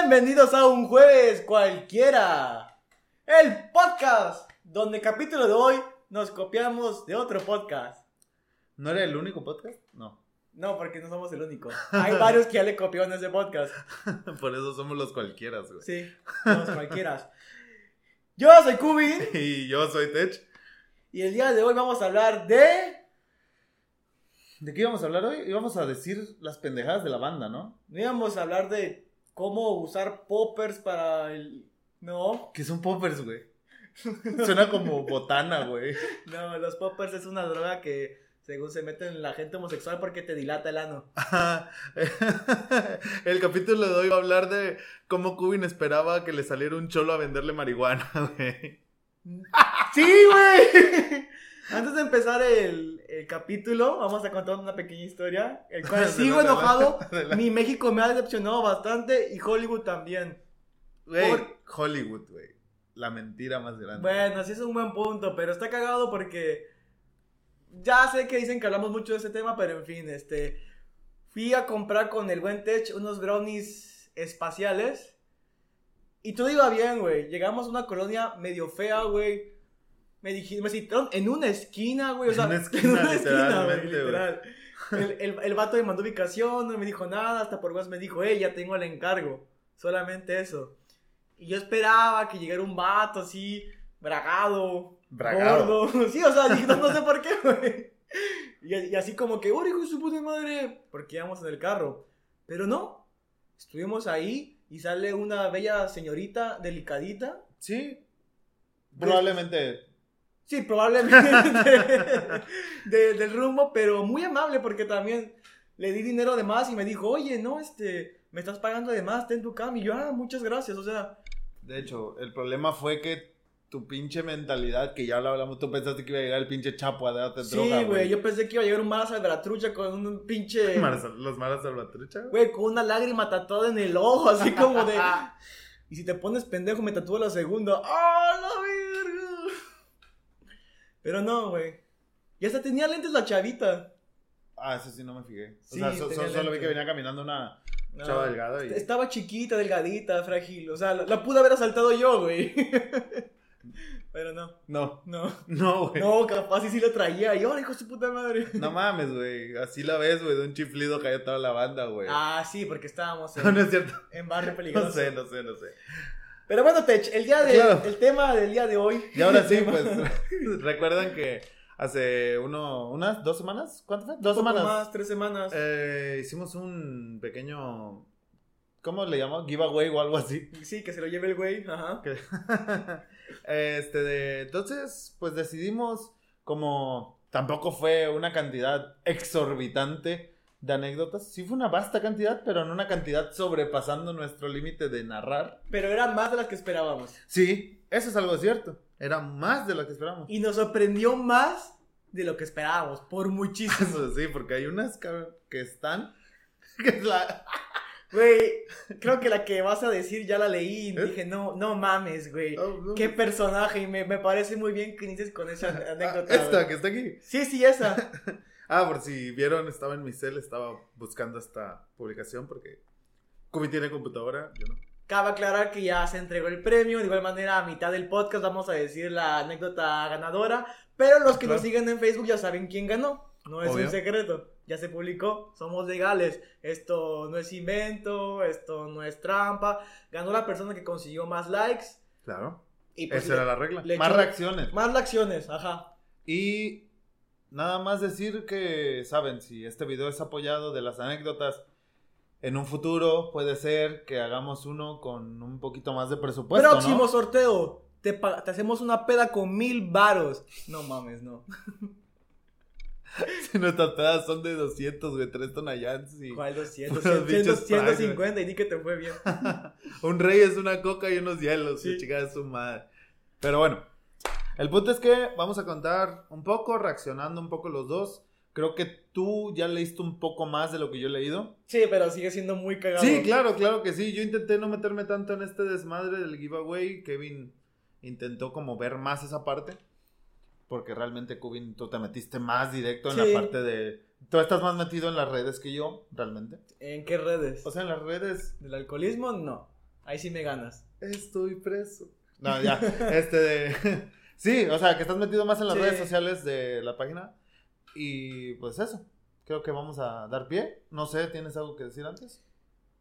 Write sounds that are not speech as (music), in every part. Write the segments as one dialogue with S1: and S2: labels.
S1: Bienvenidos a un jueves cualquiera. El podcast donde el capítulo de hoy nos copiamos de otro podcast.
S2: ¿No era el único podcast? No. (laughs)
S1: No, porque no somos el único. Hay varios que ya le copiaron ese podcast.
S2: Por eso somos los cualquieras, güey.
S1: Sí, somos cualquiera. Yo soy Kubin
S2: Y yo soy Tech.
S1: y el día de hoy vamos a hablar de...
S2: ¿De qué íbamos a hablar hoy? Íbamos a decir las pendejadas de la banda, ¿no?
S1: No íbamos a hablar de cómo usar poppers para el... No,
S2: Que son poppers, güey. (laughs) Suena como botana, güey. (laughs)
S1: no, los poppers es una droga que según se mete en la gente homosexual porque te dilata el ano.
S2: Ajá. el capítulo de hoy va a hablar de cómo Cubin esperaba que le saliera un cholo a venderle marihuana, (laughs) güey.
S1: ¡Sí, güey! Antes de empezar el, el capítulo, vamos a contar una pequeña historia. El (laughs) cual
S2: Adelante,
S1: sigo enojado.
S2: adelante.
S1: Mi México me ha decepcionado bastante y Hollywood también.
S2: Güey,
S1: Por-
S2: Hollywood, güey. La mentira más grande.
S1: Bueno, sí es un buen punto, pero está cagado porque ya sé que dicen que hablamos mucho de ese tema, pero en fin, este fui a comprar con el buen Tech unos brownies espaciales y todo iba bien, güey. Llegamos a una colonia medio fea, güey. Me dijeron, me citaron en una esquina, güey. O
S2: En
S1: sea, (laughs)
S2: una esquina,
S1: güey,
S2: literalmente, güey.
S1: literal. El, el, el vato me mandó ubicación, no me dijo nada, hasta por WhatsApp me dijo, hey, ya tengo el encargo. Solamente eso. Y yo esperaba que llegara un vato así, bragado,
S2: Bragado.
S1: gordo. Sí, o sea, dije, no, no sé por qué, güey. Y, y así como que, ¡oh, hijo de su puta madre! Porque íbamos en el carro. Pero no, estuvimos ahí y sale una bella señorita delicadita.
S2: Sí. Pues- Probablemente.
S1: Sí, probablemente (laughs) de- del rumbo, pero muy amable porque también le di dinero de más y me dijo, oye, no, este, me estás pagando de más, ten tu cam. Y yo, ah, muchas gracias, o sea,
S2: De hecho, el problema fue que tu pinche mentalidad, que ya lo hablamos, tú pensaste que iba a llegar el pinche chapo a darte droga,
S1: sí, güey, yo pensé que iba a llegar un mala salvatrucha con un
S2: (laughs)
S1: pinche,
S2: Maras- Los malas salvatrucha, güey.
S1: güey, con una lágrima tatuada en el ojo, así como de, y si te pones pendejo me tatúa la segunda, ¡ah, la verga! Pero no, güey, y hasta tenía lentes la chavita.
S2: Ah, eso sí no me fijé. O
S1: Sí,
S2: sea, so- so-
S1: tenía
S2: solo vi
S1: lente.
S2: que venía caminando una
S1: No.
S2: chava delgada y...
S1: Estaba chiquita, delgadita, frágil. O sea, la, la pude haber asaltado yo, güey. (laughs) Pero no,
S2: No,
S1: no.
S2: no, güey. No.
S1: No, capaz y sí la traía. Y ahora, hijo de su puta madre.
S2: mames, güey. Así la ves, güey, de un chiflido cayó toda la banda, güey.
S1: Ah, sí, porque estábamos
S2: (laughs) No, no
S1: en,
S2: es cierto.
S1: en barrio peligroso.
S2: No sé, no sé, no sé.
S1: Pero bueno, Tech, el, día de,
S2: Claro.
S1: el tema del día de hoy.
S2: Y ahora
S1: (laughs)
S2: sí,
S1: El tema-
S2: pues, (laughs) recuerdan que hace uno, unas dos semanas, ¿cuánto fue? Dos
S1: poco
S2: semanas.
S1: más, tres semanas.
S2: Eh, hicimos un pequeño. ¿Cómo le llamó? Giveaway o algo así.
S1: Sí, que se lo lleve el güey. Ajá.
S2: Que- (laughs) este de- entonces, pues decidimos, como tampoco fue una cantidad exorbitante de anécdotas, sí fue una vasta cantidad, pero en una cantidad sobrepasando nuestro límite de narrar.
S1: Pero eran más de las que esperábamos.
S2: Sí, eso es algo cierto. Era más de lo que esperamos.
S1: Y nos sorprendió más de lo que esperábamos. Por muchísimo.
S2: (laughs) Eso sí, porque hay unas cabrón, que están. (laughs) Que es la...
S1: Güey, creo que la que vas a decir ya la leí. y
S2: ¿Eh?
S1: Dije, no, no mames, güey.
S2: Oh, no.
S1: Qué personaje, y me, me parece muy bien que inicies con
S2: (laughs)
S1: esa
S2: Ah,
S1: anécdota.
S2: esta
S1: güey.
S2: que está aquí.
S1: Sí, sí, esa.
S2: Ah, por si vieron, estaba en mi cel, estaba buscando esta publicación porque Kubi tiene computadora, yo no.
S1: Cabe aclarar que ya se entregó el premio. De igual manera, a mitad del podcast vamos a decir la anécdota ganadora. Pero los que
S2: Claro.
S1: nos siguen en Facebook ya saben quién ganó. No es
S2: Obvio.
S1: un secreto. Ya se publicó. Somos legales. Esto no es invento. Esto no es trampa. Ganó la persona que consiguió más likes.
S2: Claro.
S1: Y pues,
S2: Esa era la regla.
S1: le
S2: Más
S1: echó-
S2: reacciones.
S1: más acciones. Ajá.
S2: Y nada más decir que, saben, si este video es apoyado de las anécdotas, en un futuro puede ser que hagamos uno con un poquito más de presupuesto,
S1: Próximo
S2: ¿no?
S1: sorteo. Te, pa- te hacemos una peda con mil varos. No mames, no.
S2: (laughs) Si nuestras pedas son de 200, güey, 3 tonallans y...
S1: ¿Cuál
S2: (laughs)
S1: 200? 100,
S2: Puros bichos
S1: 150 y di que te fue bien.
S2: Un rey es una coca y unos hielos,
S1: Sí.
S2: y chica es su madre. Pero bueno, el punto es que vamos a contar un poco, reaccionando un poco los dos. Creo que tú ya leíste un poco más de lo que yo he leído.
S1: Sí, pero sigue siendo muy cagado.
S2: Sí, claro, claro que sí. Yo intenté no meterme tanto en este desmadre del giveaway. Kevin intentó como ver más esa parte. Porque realmente, Kevin, tú te metiste más directo en
S1: Sí.
S2: la parte de, Tú estás más metido en las redes que yo, realmente.
S1: ¿En qué redes?
S2: O sea, en las redes
S1: ¿Del alcoholismo? No. Ahí sí me ganas.
S2: estoy preso.
S1: (laughs)
S2: No, ya. este de... (laughs) sí, o sea, que estás metido más en las
S1: Sí.
S2: redes sociales de la página. Y pues eso. Creo que vamos a dar pie. No sé, ¿tienes algo que decir antes?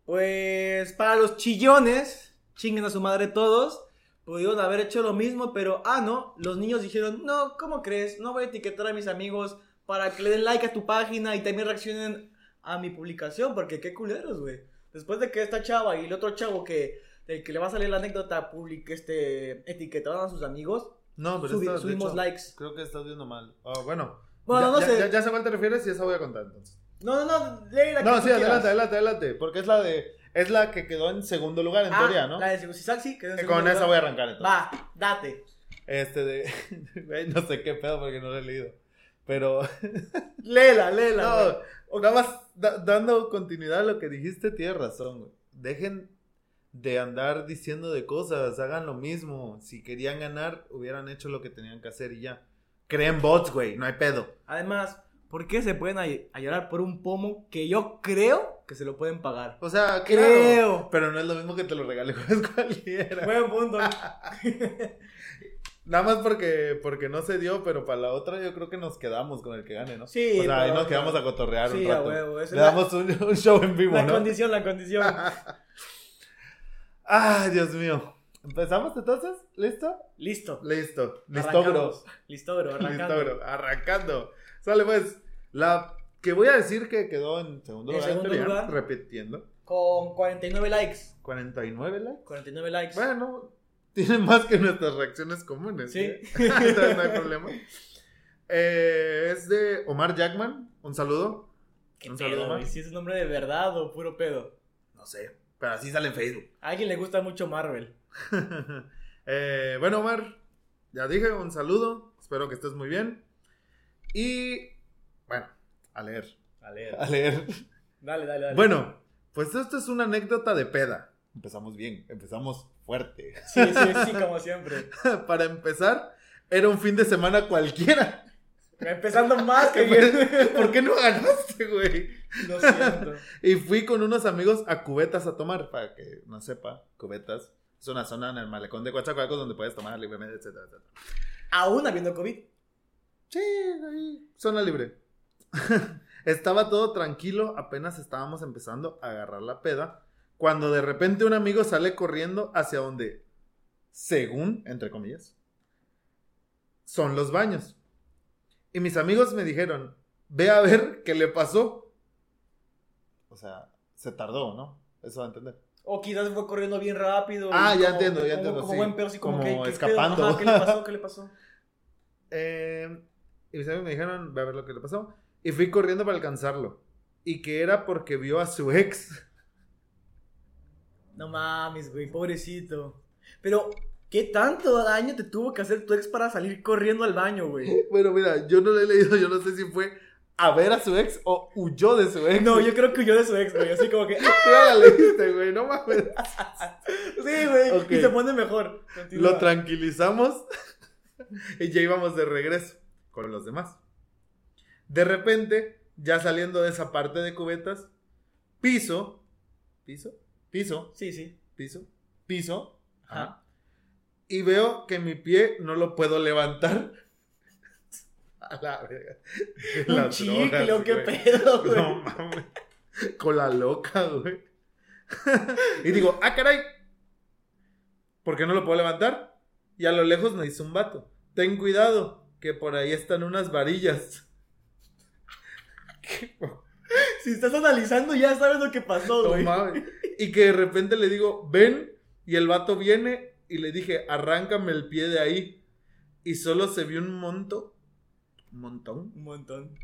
S1: Pues para los chillones, chinguen a su madre todos, pudieron haber hecho lo mismo, pero ah, no, los niños dijeron, no, ¿cómo crees? No voy a etiquetar a mis amigos para que le den like a tu página y también reaccionen a mi publicación, porque qué culeros, güey. Después de que esta chava y el otro chavo que, del que le va a salir la anécdota, publique, este, etiquetaron a sus amigos,
S2: No, pero
S1: subi-
S2: esto, de
S1: subimos
S2: hecho,
S1: likes.
S2: Creo que estás viendo mal. Ah, bueno.
S1: Bueno,
S2: Ya-
S1: no
S2: ya-
S1: sé.
S2: Ya, ya sé a cuál te refieres y esa voy a contar entonces.
S1: No, no, no, lee la que
S2: No,
S1: tú
S2: sí,
S1: quieras.
S2: adelante, adelante, adelante. Porque es la de. Es la que quedó en segundo lugar, en
S1: Ah,
S2: teoría, ¿no?
S1: La de Segusisaxi, que es
S2: Eh,
S1: el
S2: Con
S1: segundo
S2: esa voy a
S1: lugar.
S2: arrancar entonces.
S1: Va, date.
S2: Este de. (laughs) Güey, no sé qué pedo porque no lo he leído. Pero.
S1: Léela, léela. güey.
S2: No, nada más da- dando continuidad a lo que dijiste, tienes razón, güey. Dejen de andar diciendo de cosas, hagan lo mismo. Si querían ganar, hubieran hecho lo que tenían que hacer y ya. Creen bots, güey, no hay pedo.
S1: Además, ¿por qué se pueden ay- a llorar por un pomo que yo creo que se lo pueden pagar?
S2: O sea, creo.
S1: Creo.
S2: Pero no es lo mismo que te lo regale (laughs) juez cualquiera.
S1: Buen punto.
S2: Nada más porque, porque no se dio, pero para la otra yo creo que nos quedamos con el que gane, ¿no?
S1: Sí,
S2: O sea, ahí
S1: para
S2: nos
S1: otra.
S2: quedamos a cotorrear
S1: Sí,
S2: un
S1: a
S2: rato.
S1: huevo, esa
S2: Le
S1: es la-
S2: damos un, un show en vivo,
S1: la
S2: ¿no?
S1: condición, la
S2: (laughs)
S1: condición.
S2: Ay, Ah, Dios mío. ¿Empezamos entonces? ¿Listo?
S1: Listo.
S2: Listo. Listo, bro.
S1: Arrancamos. Listo, bro. Arrancando.
S2: Listo, bro. Arrancando. Sale pues. La que voy a decir que quedó en segundo
S1: En
S2: lugar. en
S1: segundo
S2: teoría,
S1: lugar.
S2: Repitiendo.
S1: Con 49 likes.
S2: 49 likes.
S1: 49 likes.
S2: Bueno, tiene más que nuestras reacciones comunes.
S1: Sí.
S2: ¿eh? (laughs) Entonces no hay problema. Eh, es de Omar Jackman. Un saludo.
S1: ¿Qué
S2: un saludo
S1: pedo, güey?
S2: más.
S1: Si es un nombre de verdad o puro pedo.
S2: No sé, pero así sale en Facebook. (laughs)
S1: A alguien le gusta mucho Marvel.
S2: Eh, bueno, Omar, ya dije, un saludo. Espero que estés muy bien. Y bueno, a leer.
S1: Dale,
S2: A leer.
S1: dale, dale.
S2: Bueno, pues esto es una anécdota de peda. Empezamos bien, empezamos fuerte.
S1: Sí, sí, sí, como siempre.
S2: (laughs) Para empezar, era un fin de semana cualquiera.
S1: Empezando más que bien.
S2: (laughs) ¿Por qué no ganaste, güey?
S1: (laughs) Lo siento.
S2: Y fui con unos amigos a Cubetas a tomar, para que no sepa, Cubetas es una zona en el malecón de Coatzacoalcos donde puedes tomar libremente, etcétera, etcétera.
S1: Aún habiendo COVID.
S2: Sí, ahí, zona libre. (laughs) Estaba todo tranquilo, apenas estábamos empezando a agarrar la peda, cuando de repente un amigo sale corriendo hacia donde, según, entre comillas, son los baños. Y mis amigos me dijeron, ve a ver qué le pasó. O sea, se tardó, ¿no? Eso va a entender.
S1: O quizás fue corriendo bien rápido.
S2: Ah,
S1: y
S2: ya entiendo, ya entiendo,
S1: Como
S2: sí.
S1: buen pedo, así como,
S2: Como
S1: que. ¿qué
S2: escapando.
S1: pedo? Ajá, ¿Qué le pasó? ¿Qué le
S2: (laughs)
S1: pasó?
S2: Eh, y mis amigos me dijeron, ve a ver lo que le pasó. Y fui corriendo para alcanzarlo. Y que era porque vio a su ex.
S1: No mames, güey, pobrecito. Pero, ¿qué tanto daño te tuvo que hacer tu ex para salir corriendo al baño, güey?
S2: Bueno, mira, yo no lo he leído, yo no sé si fue a ver a su ex o huyó de su ex.
S1: No, yo creo que huyó de su ex, güey. Así como que. (laughs) ¡ah!
S2: (laughs) Tú ya la leíste, güey, no mames.
S1: Sí, güey.
S2: Ok.
S1: Y se pone mejor. Continúa.
S2: Lo tranquilizamos (laughs) y ya íbamos de regreso con los demás. De repente, ya saliendo de esa parte de cubetas, piso, piso, piso,
S1: Sí, sí.
S2: piso, piso,
S1: Ajá.
S2: y veo que mi pie no lo puedo levantar. (laughs) A la verga.
S1: Un
S2: Las
S1: chicle,
S2: drogas,
S1: o qué
S2: güey.
S1: pedo, güey.
S2: No mames. Con la loca, güey. y digo, ah, caray. ¿Por qué no lo puedo levantar? Y a lo lejos me dice un vato. Ten cuidado, que por ahí están unas varillas.
S1: Si estás analizando, ya sabes lo que pasó,
S2: No
S1: güey.
S2: mames. Y que de repente le digo, ven, y el vato viene y le dije, arráncame el pie de ahí. Y solo se vio un monto, un montón,
S1: Un montón.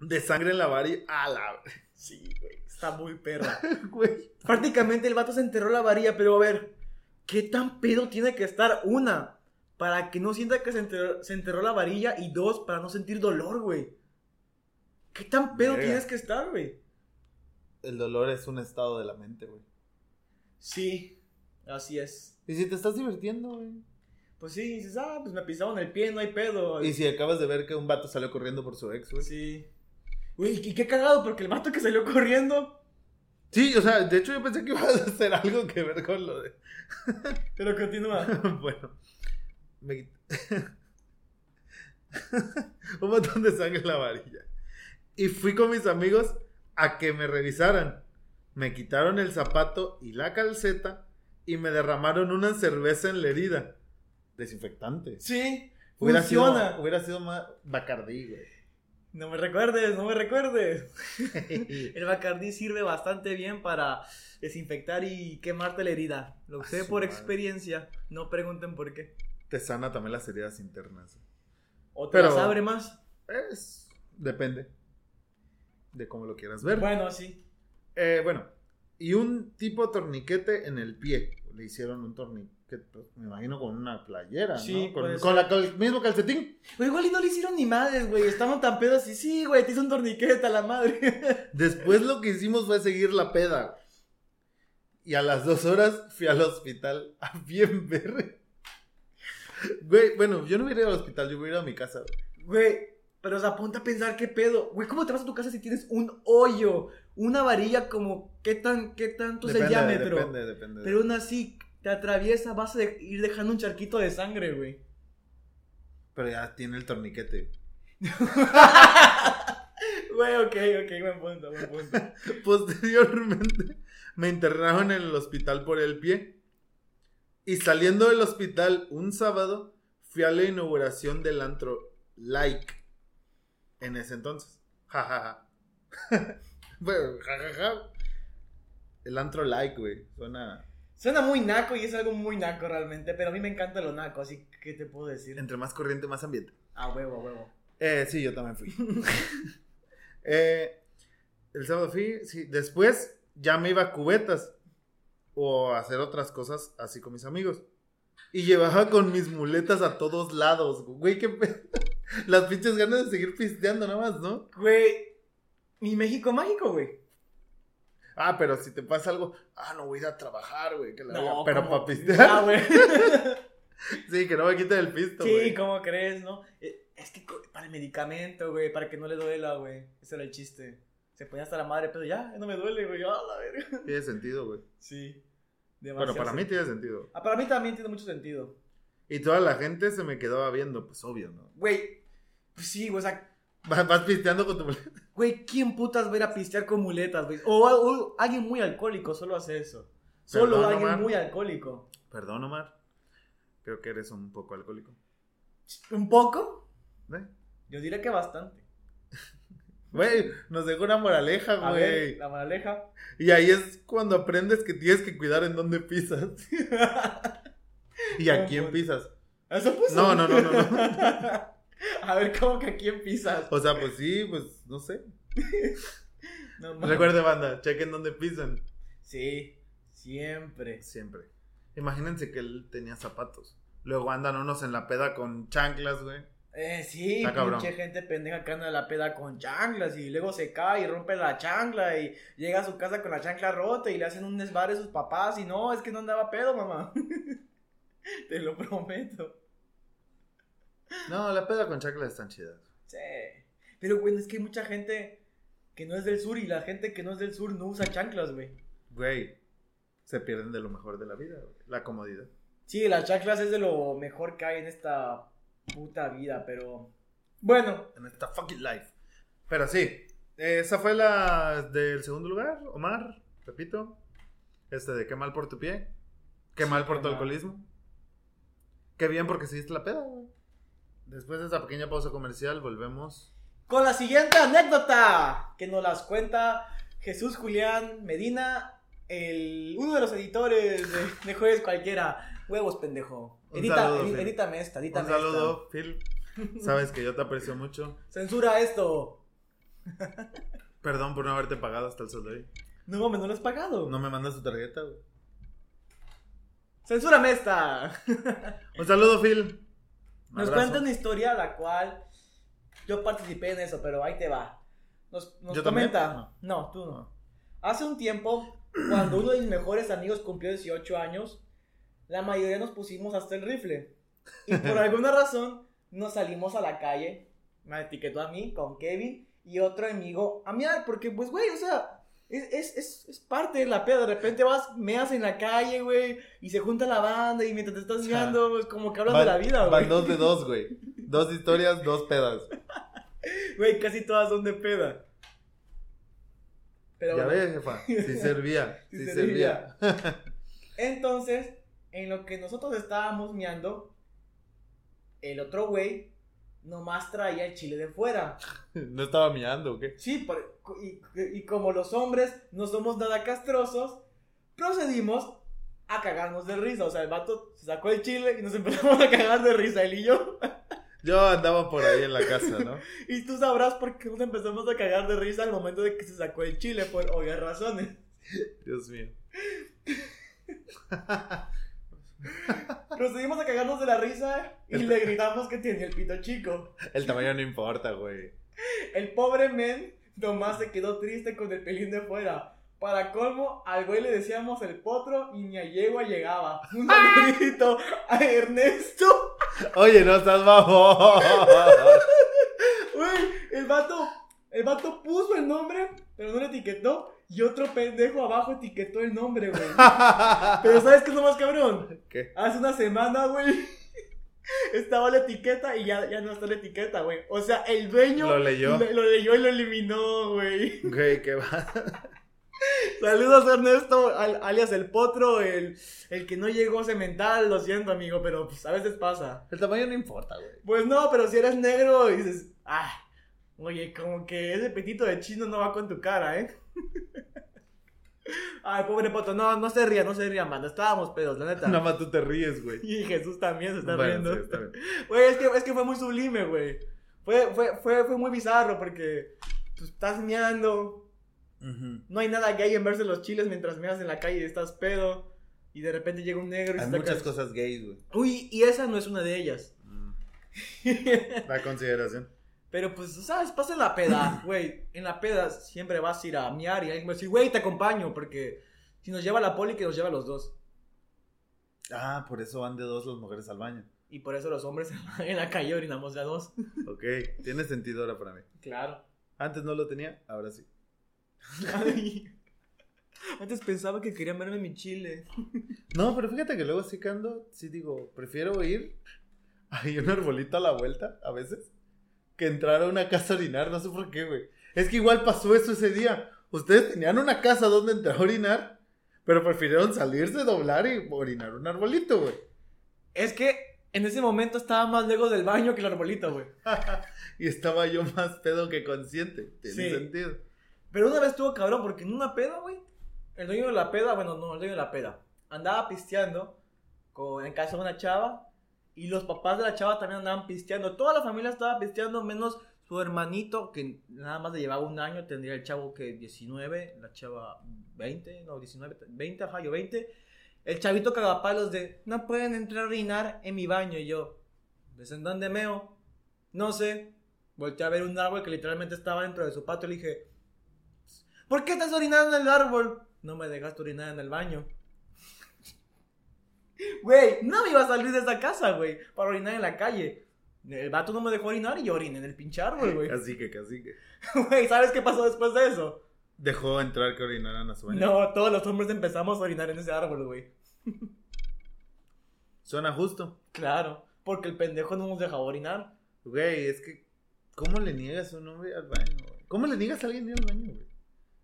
S2: de sangre en la varilla. A la
S1: Sí, güey. Está muy perra.
S2: güey.
S1: (laughs) Prácticamente el vato se enterró la varilla, pero a ver, ¿qué tan pedo tiene que estar? Una, para que no sienta que se enterró, se enterró la varilla, y dos, para no sentir dolor, güey. ¿Qué tan pedo
S2: Verga.
S1: tienes que estar, güey?
S2: El dolor es un estado de la mente, güey.
S1: Sí, así es.
S2: Y si te estás divirtiendo, güey.
S1: Pues sí, dices, ah, pues me pisaron el pie, no hay pedo.
S2: Y si acabas de ver que un vato salió corriendo por su ex, güey.
S1: Sí. Güey, y qué cagado, porque el mato que salió corriendo,
S2: Sí, o sea, de hecho yo pensé que ibas a (laughs) hacer algo que ver con lo de... (laughs)
S1: pero continúa.
S2: bueno, me quit- (laughs) Un montón de sangre en la varilla. Y fui con mis amigos a que me revisaran. Me quitaron el zapato y la calceta y me derramaron una cerveza en la herida. Desinfectante.
S1: (laughs) Sí,
S2: Hubiera
S1: funciona.
S2: sido, hubiera sido más Bacardí, güey.
S1: No me recuerdes, no me recuerdes. El Bacardí sirve bastante bien para desinfectar y quemarte la herida. Lo
S2: Ah,
S1: sé
S2: su
S1: por
S2: madre.
S1: experiencia, no pregunten por qué.
S2: (laughs) Te sana también las heridas internas.
S1: O te
S2: Pero-
S1: las abre más.
S2: Es, depende de cómo lo quieras ver.
S1: Bueno, sí.
S2: Eh, bueno, y un tipo torniquete en el pie. Le hicieron un torniquete, pues, me imagino con una playera,
S1: Sí,
S2: ¿no? Con,
S1: puede
S2: con la- con el mismo calcetín.
S1: Güey, igual y no le hicieron ni madres, güey. Estaban tan pedos y sí, güey, te hizo un torniquete a la madre. (laughs)
S2: Después lo que hicimos fue seguir la peda. Y a las dos horas fui al hospital a bien ver. Güey, bueno, yo no hubiera ido al hospital, yo hubiera ido a mi casa. güey.
S1: Güey, pero se apunta a pensar qué pedo. Güey, ¿cómo te vas a tu casa si tienes un hoyo? Una varilla como, ¿qué tan, qué tanto se
S2: Depende,
S1: llame? pero,
S2: Depende, depende.
S1: pero aún así, te atraviesa, vas a de- ir dejando un charquito de sangre, güey.
S2: Pero ya tiene el torniquete.
S1: (laughs) Güey, ok, ok, buen punto, buen punto.
S2: (laughs) Posteriormente me internaron en el hospital por el pie. Y saliendo del hospital un sábado, fui a la inauguración del antro Like. En ese entonces. Ja, ja, ja. (laughs) Bueno, ja, ja, ja. El antro Like, güey. Suena.
S1: Suena muy naco y es algo muy naco realmente, pero a mí me encanta lo naco, así que ¿qué te puedo decir?
S2: Entre más corriente, más ambiente.
S1: A huevo, a huevo.
S2: Eh, sí, yo también fui. (laughs) Eh, el sábado fui, sí. Después ya me iba a cubetas o a hacer otras cosas así con mis amigos. Y llevaba con mis muletas a todos lados. Güey, qué pe- (laughs) Las pinches ganas de seguir pisteando nada más, ¿no?
S1: Güey, mi México mágico, güey.
S2: Ah, pero si te pasa algo, ah, no voy a ir a trabajar, güey. que la verga. pero
S1: ¿cómo?
S2: para
S1: (laughs)
S2: pistear. (laughs)
S1: Ah, güey.
S2: Sí, que no me quiten el pisto,
S1: sí,
S2: güey.
S1: ¿cómo crees, no? Eh, Es que co- para el medicamento, güey, para que no le duela, güey. Ese era el chiste. Se ponía hasta la madre, pero ya, no me duele, güey. A la verga.
S2: Tiene sentido, güey.
S1: Sí.
S2: Bueno,
S1: demasiado
S2: para mí
S1: sen-
S2: tiene sentido.
S1: Ah, para mí también tiene mucho sentido.
S2: Y toda la gente se me quedaba viendo, pues obvio, ¿no? (laughs)
S1: Güey, pues sí, güey, o sea,
S2: Vas vas pisteando con tu muleta.
S1: Güey, ¿quién putas va a ir a pistear con muletas, güey? O, o alguien muy alcohólico solo hace eso. Solo
S2: Perdón,
S1: alguien
S2: Omar.
S1: muy alcohólico.
S2: Perdón, Omar. Creo que eres un poco alcohólico.
S1: ¿Un poco?
S2: ¿Eh?
S1: Yo diría que bastante.
S2: Güey, nos dejó una moraleja,
S1: A ver,
S2: güey.
S1: la moraleja. (laughs)
S2: Y ahí es cuando aprendes que tienes que cuidar en dónde pisas. (laughs) ¿Y a
S1: Buen
S2: quién
S1: punto.
S2: pisas?
S1: ¿Eso puso?
S2: No, no, no, no, no.
S1: (laughs) a ver, ¿cómo que aquí empiezas?
S2: O sea, pues sí, pues no sé.
S1: No, mames.
S2: Recuerde, banda, chequen dónde pisan.
S1: Sí, siempre.
S2: Siempre. Imagínense que él tenía zapatos. Luego andan unos en la peda con chanclas, güey.
S1: Eh, sí,
S2: Está cabrón.
S1: pinche gente pendeja que anda a la peda con chanclas y luego se cae y rompe la chancla y llega a su casa con la chancla rota y le hacen un desvare a sus papás y no, es que no andaba pedo, mamá. (laughs) Te lo prometo.
S2: No, la peda con chanclas están chidas.
S1: Sí. Pero, güey, es que hay mucha gente que no es del sur y la gente que no es del sur no usa chanclas, güey.
S2: Güey, se pierden de lo mejor de la vida, güey. La comodidad.
S1: Sí, las chanclas es de lo mejor que hay en esta puta vida, pero... Bueno,
S2: en esta fucking life. Pero sí, esa fue la del segundo lugar, Omar, repito. Este de qué mal por tu pie, qué mal por
S1: qué
S2: tu
S1: mal.
S2: alcoholismo. Qué bien porque seguiste la peda, güey. Después de esa pequeña pausa comercial, volvemos.
S1: con la siguiente anécdota que nos las cuenta Jesús Julián Medina, el, uno de los editores de, de Jueves Cualquiera. Huevos, pendejo.
S2: Un
S1: Edita,
S2: saludo,
S1: edi-
S2: Phil.
S1: edítame esta,
S2: Un
S1: edítame
S2: saludo, Phil. Sabes que yo te aprecio mucho.
S1: esta. Censura esto.
S2: Perdón por no haberte pagado hasta el sol de hoy.
S1: No, mames, no lo has pagado.
S2: No me mandas tu tarjeta, güey.
S1: Censúrame esta.
S2: Un saludo, Phil. Un
S1: Nos
S2: abrazo.
S1: cuenta una historia la cual yo participé en eso, pero ahí te va. Nos, nos
S2: ¿Yo también?
S1: comenta.
S2: Ah.
S1: No. tú no. Hace un tiempo, cuando uno de mis mejores amigos cumplió 18 años, la mayoría nos pusimos hasta el rifle.
S2: (laughs)
S1: Y por alguna razón, nos salimos a la calle. Me etiquetó a mí con Kevin y otro amigo a mear, porque pues, güey, o sea, es, es, es, es parte de la peda, de repente vas, meas en la calle, güey, y se junta la banda y mientras te estás
S2: sea,
S1: meando, pues como que hablas
S2: Van-
S1: de la vida,
S2: Van
S1: güey.
S2: dos de dos, güey. Dos historias, dos pedas.
S1: Güey, casi todas son de peda. Pero
S2: ya
S1: bueno.
S2: ves, jefa. (laughs) Sí servía.
S1: Sí
S2: Sí,
S1: servía.
S2: servía. (laughs)
S1: Entonces, en lo que nosotros estábamos meando, el otro güey nomás traía el chile de fuera.
S2: No estaba mirando, ¿o qué?
S1: Sí, por- y, y como los hombres no somos nada castrosos, procedimos a cagarnos de risa. O sea, el vato se sacó el chile y nos (laughs) empezamos a cagar de risa, él y yo.
S2: Yo andaba por ahí en la casa, ¿no?
S1: Y tú sabrás por qué nos empezamos a cagar de risa al momento de que se sacó el chile, por obvias razones.
S2: Dios mío.
S1: Procedimos a cagarnos de la risa y le gritamos que tiene el pito chico.
S2: El tamaño no importa, güey.
S1: El pobre men nomás se quedó triste con el pelín de fuera. Para colmo, al güey le decíamos el potro y ni a yegua llegaba. Un saludito a Ernesto.
S2: Oye, no estás bajo.
S1: Güey, el vato, el vato puso el nombre, pero no lo etiquetó. Y otro pendejo abajo etiquetó el nombre, güey. Pero ¿sabes qué es lo más cabrón?
S2: ¿Qué?
S1: Hace una semana, güey, (laughs) estaba la etiqueta y ya, ya no está la etiqueta, güey. O sea, el dueño
S2: Lo leyó.
S1: le- lo leyó y lo eliminó, güey.
S2: Güey, qué va.
S1: Saludos Ernesto, al- alias el potro, el, el que no llegó semental, lo siento amigo, pero pues, a veces pasa.
S2: El tamaño no importa, güey.
S1: Pues no, pero si eres negro dices, ah, oye, como que ese petito de chino no va con tu cara, ¿eh? (laughs) Ay, pobre potro, no, no se ría, no se ría, mano, estábamos pedos, la neta.
S2: Nada más tú te ríes, güey.
S1: (laughs) Y Jesús también se está
S2: Bueno,
S1: riendo.
S2: sí, está bien.
S1: Güey, es que, es que fue muy sublime, güey. Fue, fue, fue, fue muy bizarro porque tú estás meando,
S2: Ujú.
S1: No hay nada gay en verse los chiles mientras miras en la calle y estás pedo. Y de repente llega un negro y
S2: Hay
S1: saca-
S2: muchas cosas gays, güey.
S1: Uy, y esa no es una de ellas. (laughs)
S2: Mm. La consideración.
S1: Pero pues, tú sabes, pasa en la peda, güey. En la peda siempre vas a ir a miar y alguien va a decir, güey, te acompaño. Porque si nos lleva la poli, que nos lleva a los dos.
S2: Ah, por eso van de dos las mujeres al baño.
S1: Y por eso los hombres en la calle orinamos de a dos.
S2: Ok, tiene sentido ahora para mí.
S1: Claro.
S2: Antes no lo tenía, ahora sí.
S1: (laughs) Antes pensaba que querían verme mi chile.
S2: No, pero fíjate que luego sí que ando, sí digo, prefiero ir. (laughs) Hay un arbolito a la vuelta, a veces, que entrar a una casa a orinar, no sé por qué, güey. Es que igual pasó eso ese día. Ustedes tenían una casa donde entrar a orinar, pero prefirieron salirse, doblar y orinar un arbolito, güey.
S1: Es que en ese momento estaba más lejos del baño que el arbolito, güey.
S2: Y estaba yo (laughs) más pedo que consciente. Tiene
S1: Sí.
S2: sentido.
S1: Pero una vez estuvo cabrón porque en una peda, güey, el dueño de la peda, bueno, no, el dueño de la peda, andaba pisteando con, en casa de una chava y los papás de la chava también andaban pisteando. Toda la familia estaba pisteando, menos su hermanito, que nada más le llevaba un año, tendría el chavo que 19, la chava 20, no, 19, 20, ajá, yo 20. El chavito cagapalos de, no pueden entrar a orinar en mi baño. Y yo, ¿ves en dónde meo? No sé. Volteé a ver un árbol que literalmente estaba dentro de su patio y le dije, ¿Por qué estás orinando en el árbol? No me dejaste orinar en el baño. (laughs) Güey, no me iba a salir de esa casa, güey, para orinar en la calle. El vato no me dejó orinar y yo oriné en el pinche árbol,
S2: (laughs)
S1: güey. (laughs)
S2: Así que, casi que.
S1: Güey, ¿sabes qué pasó después de eso?
S2: Dejó entrar que orinaran a su baño.
S1: No, todos los hombres empezamos a orinar en ese árbol, güey.
S2: Suena justo.
S1: Claro, porque el pendejo no nos dejaba orinar.
S2: Güey, es que, ¿cómo le niegas a un hombre al baño? güey? ¿Cómo le niegas a alguien ir al baño, güey?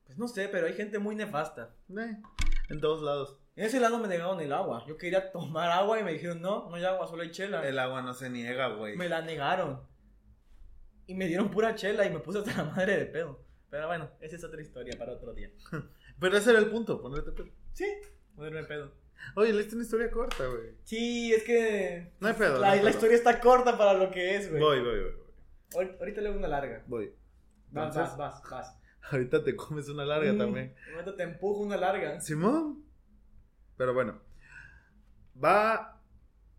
S1: Pues no sé, pero hay gente muy nefasta.
S2: Eh, en todos lados.
S1: En ese lado me negaron el agua. Yo quería tomar agua y me dijeron, no, no hay agua, solo hay chela.
S2: El agua no se niega, güey.
S1: Me la negaron. Y me dieron pura chela y me puse hasta la madre de pedo. Pero bueno, esa es otra historia para otro día.
S2: Pero ese era el punto, ponerte pedo.
S1: Sí, ponerme pedo.
S2: Oye, leíste una historia corta, güey.
S1: Sí, es que.
S2: No hay pedo. no
S1: La,
S2: hay
S1: la
S2: pedo.
S1: historia está corta para lo que es, güey.
S2: Voy, voy, voy. voy,
S1: Ahor- Ahorita le hago una larga.
S2: Voy.
S1: Vas, vas,
S2: Entonces-
S1: vas, vas.
S2: Ahorita te comes una larga
S1: Mm,
S2: también.
S1: Ahorita te empujo una larga.
S2: Simón. Pero bueno. Va.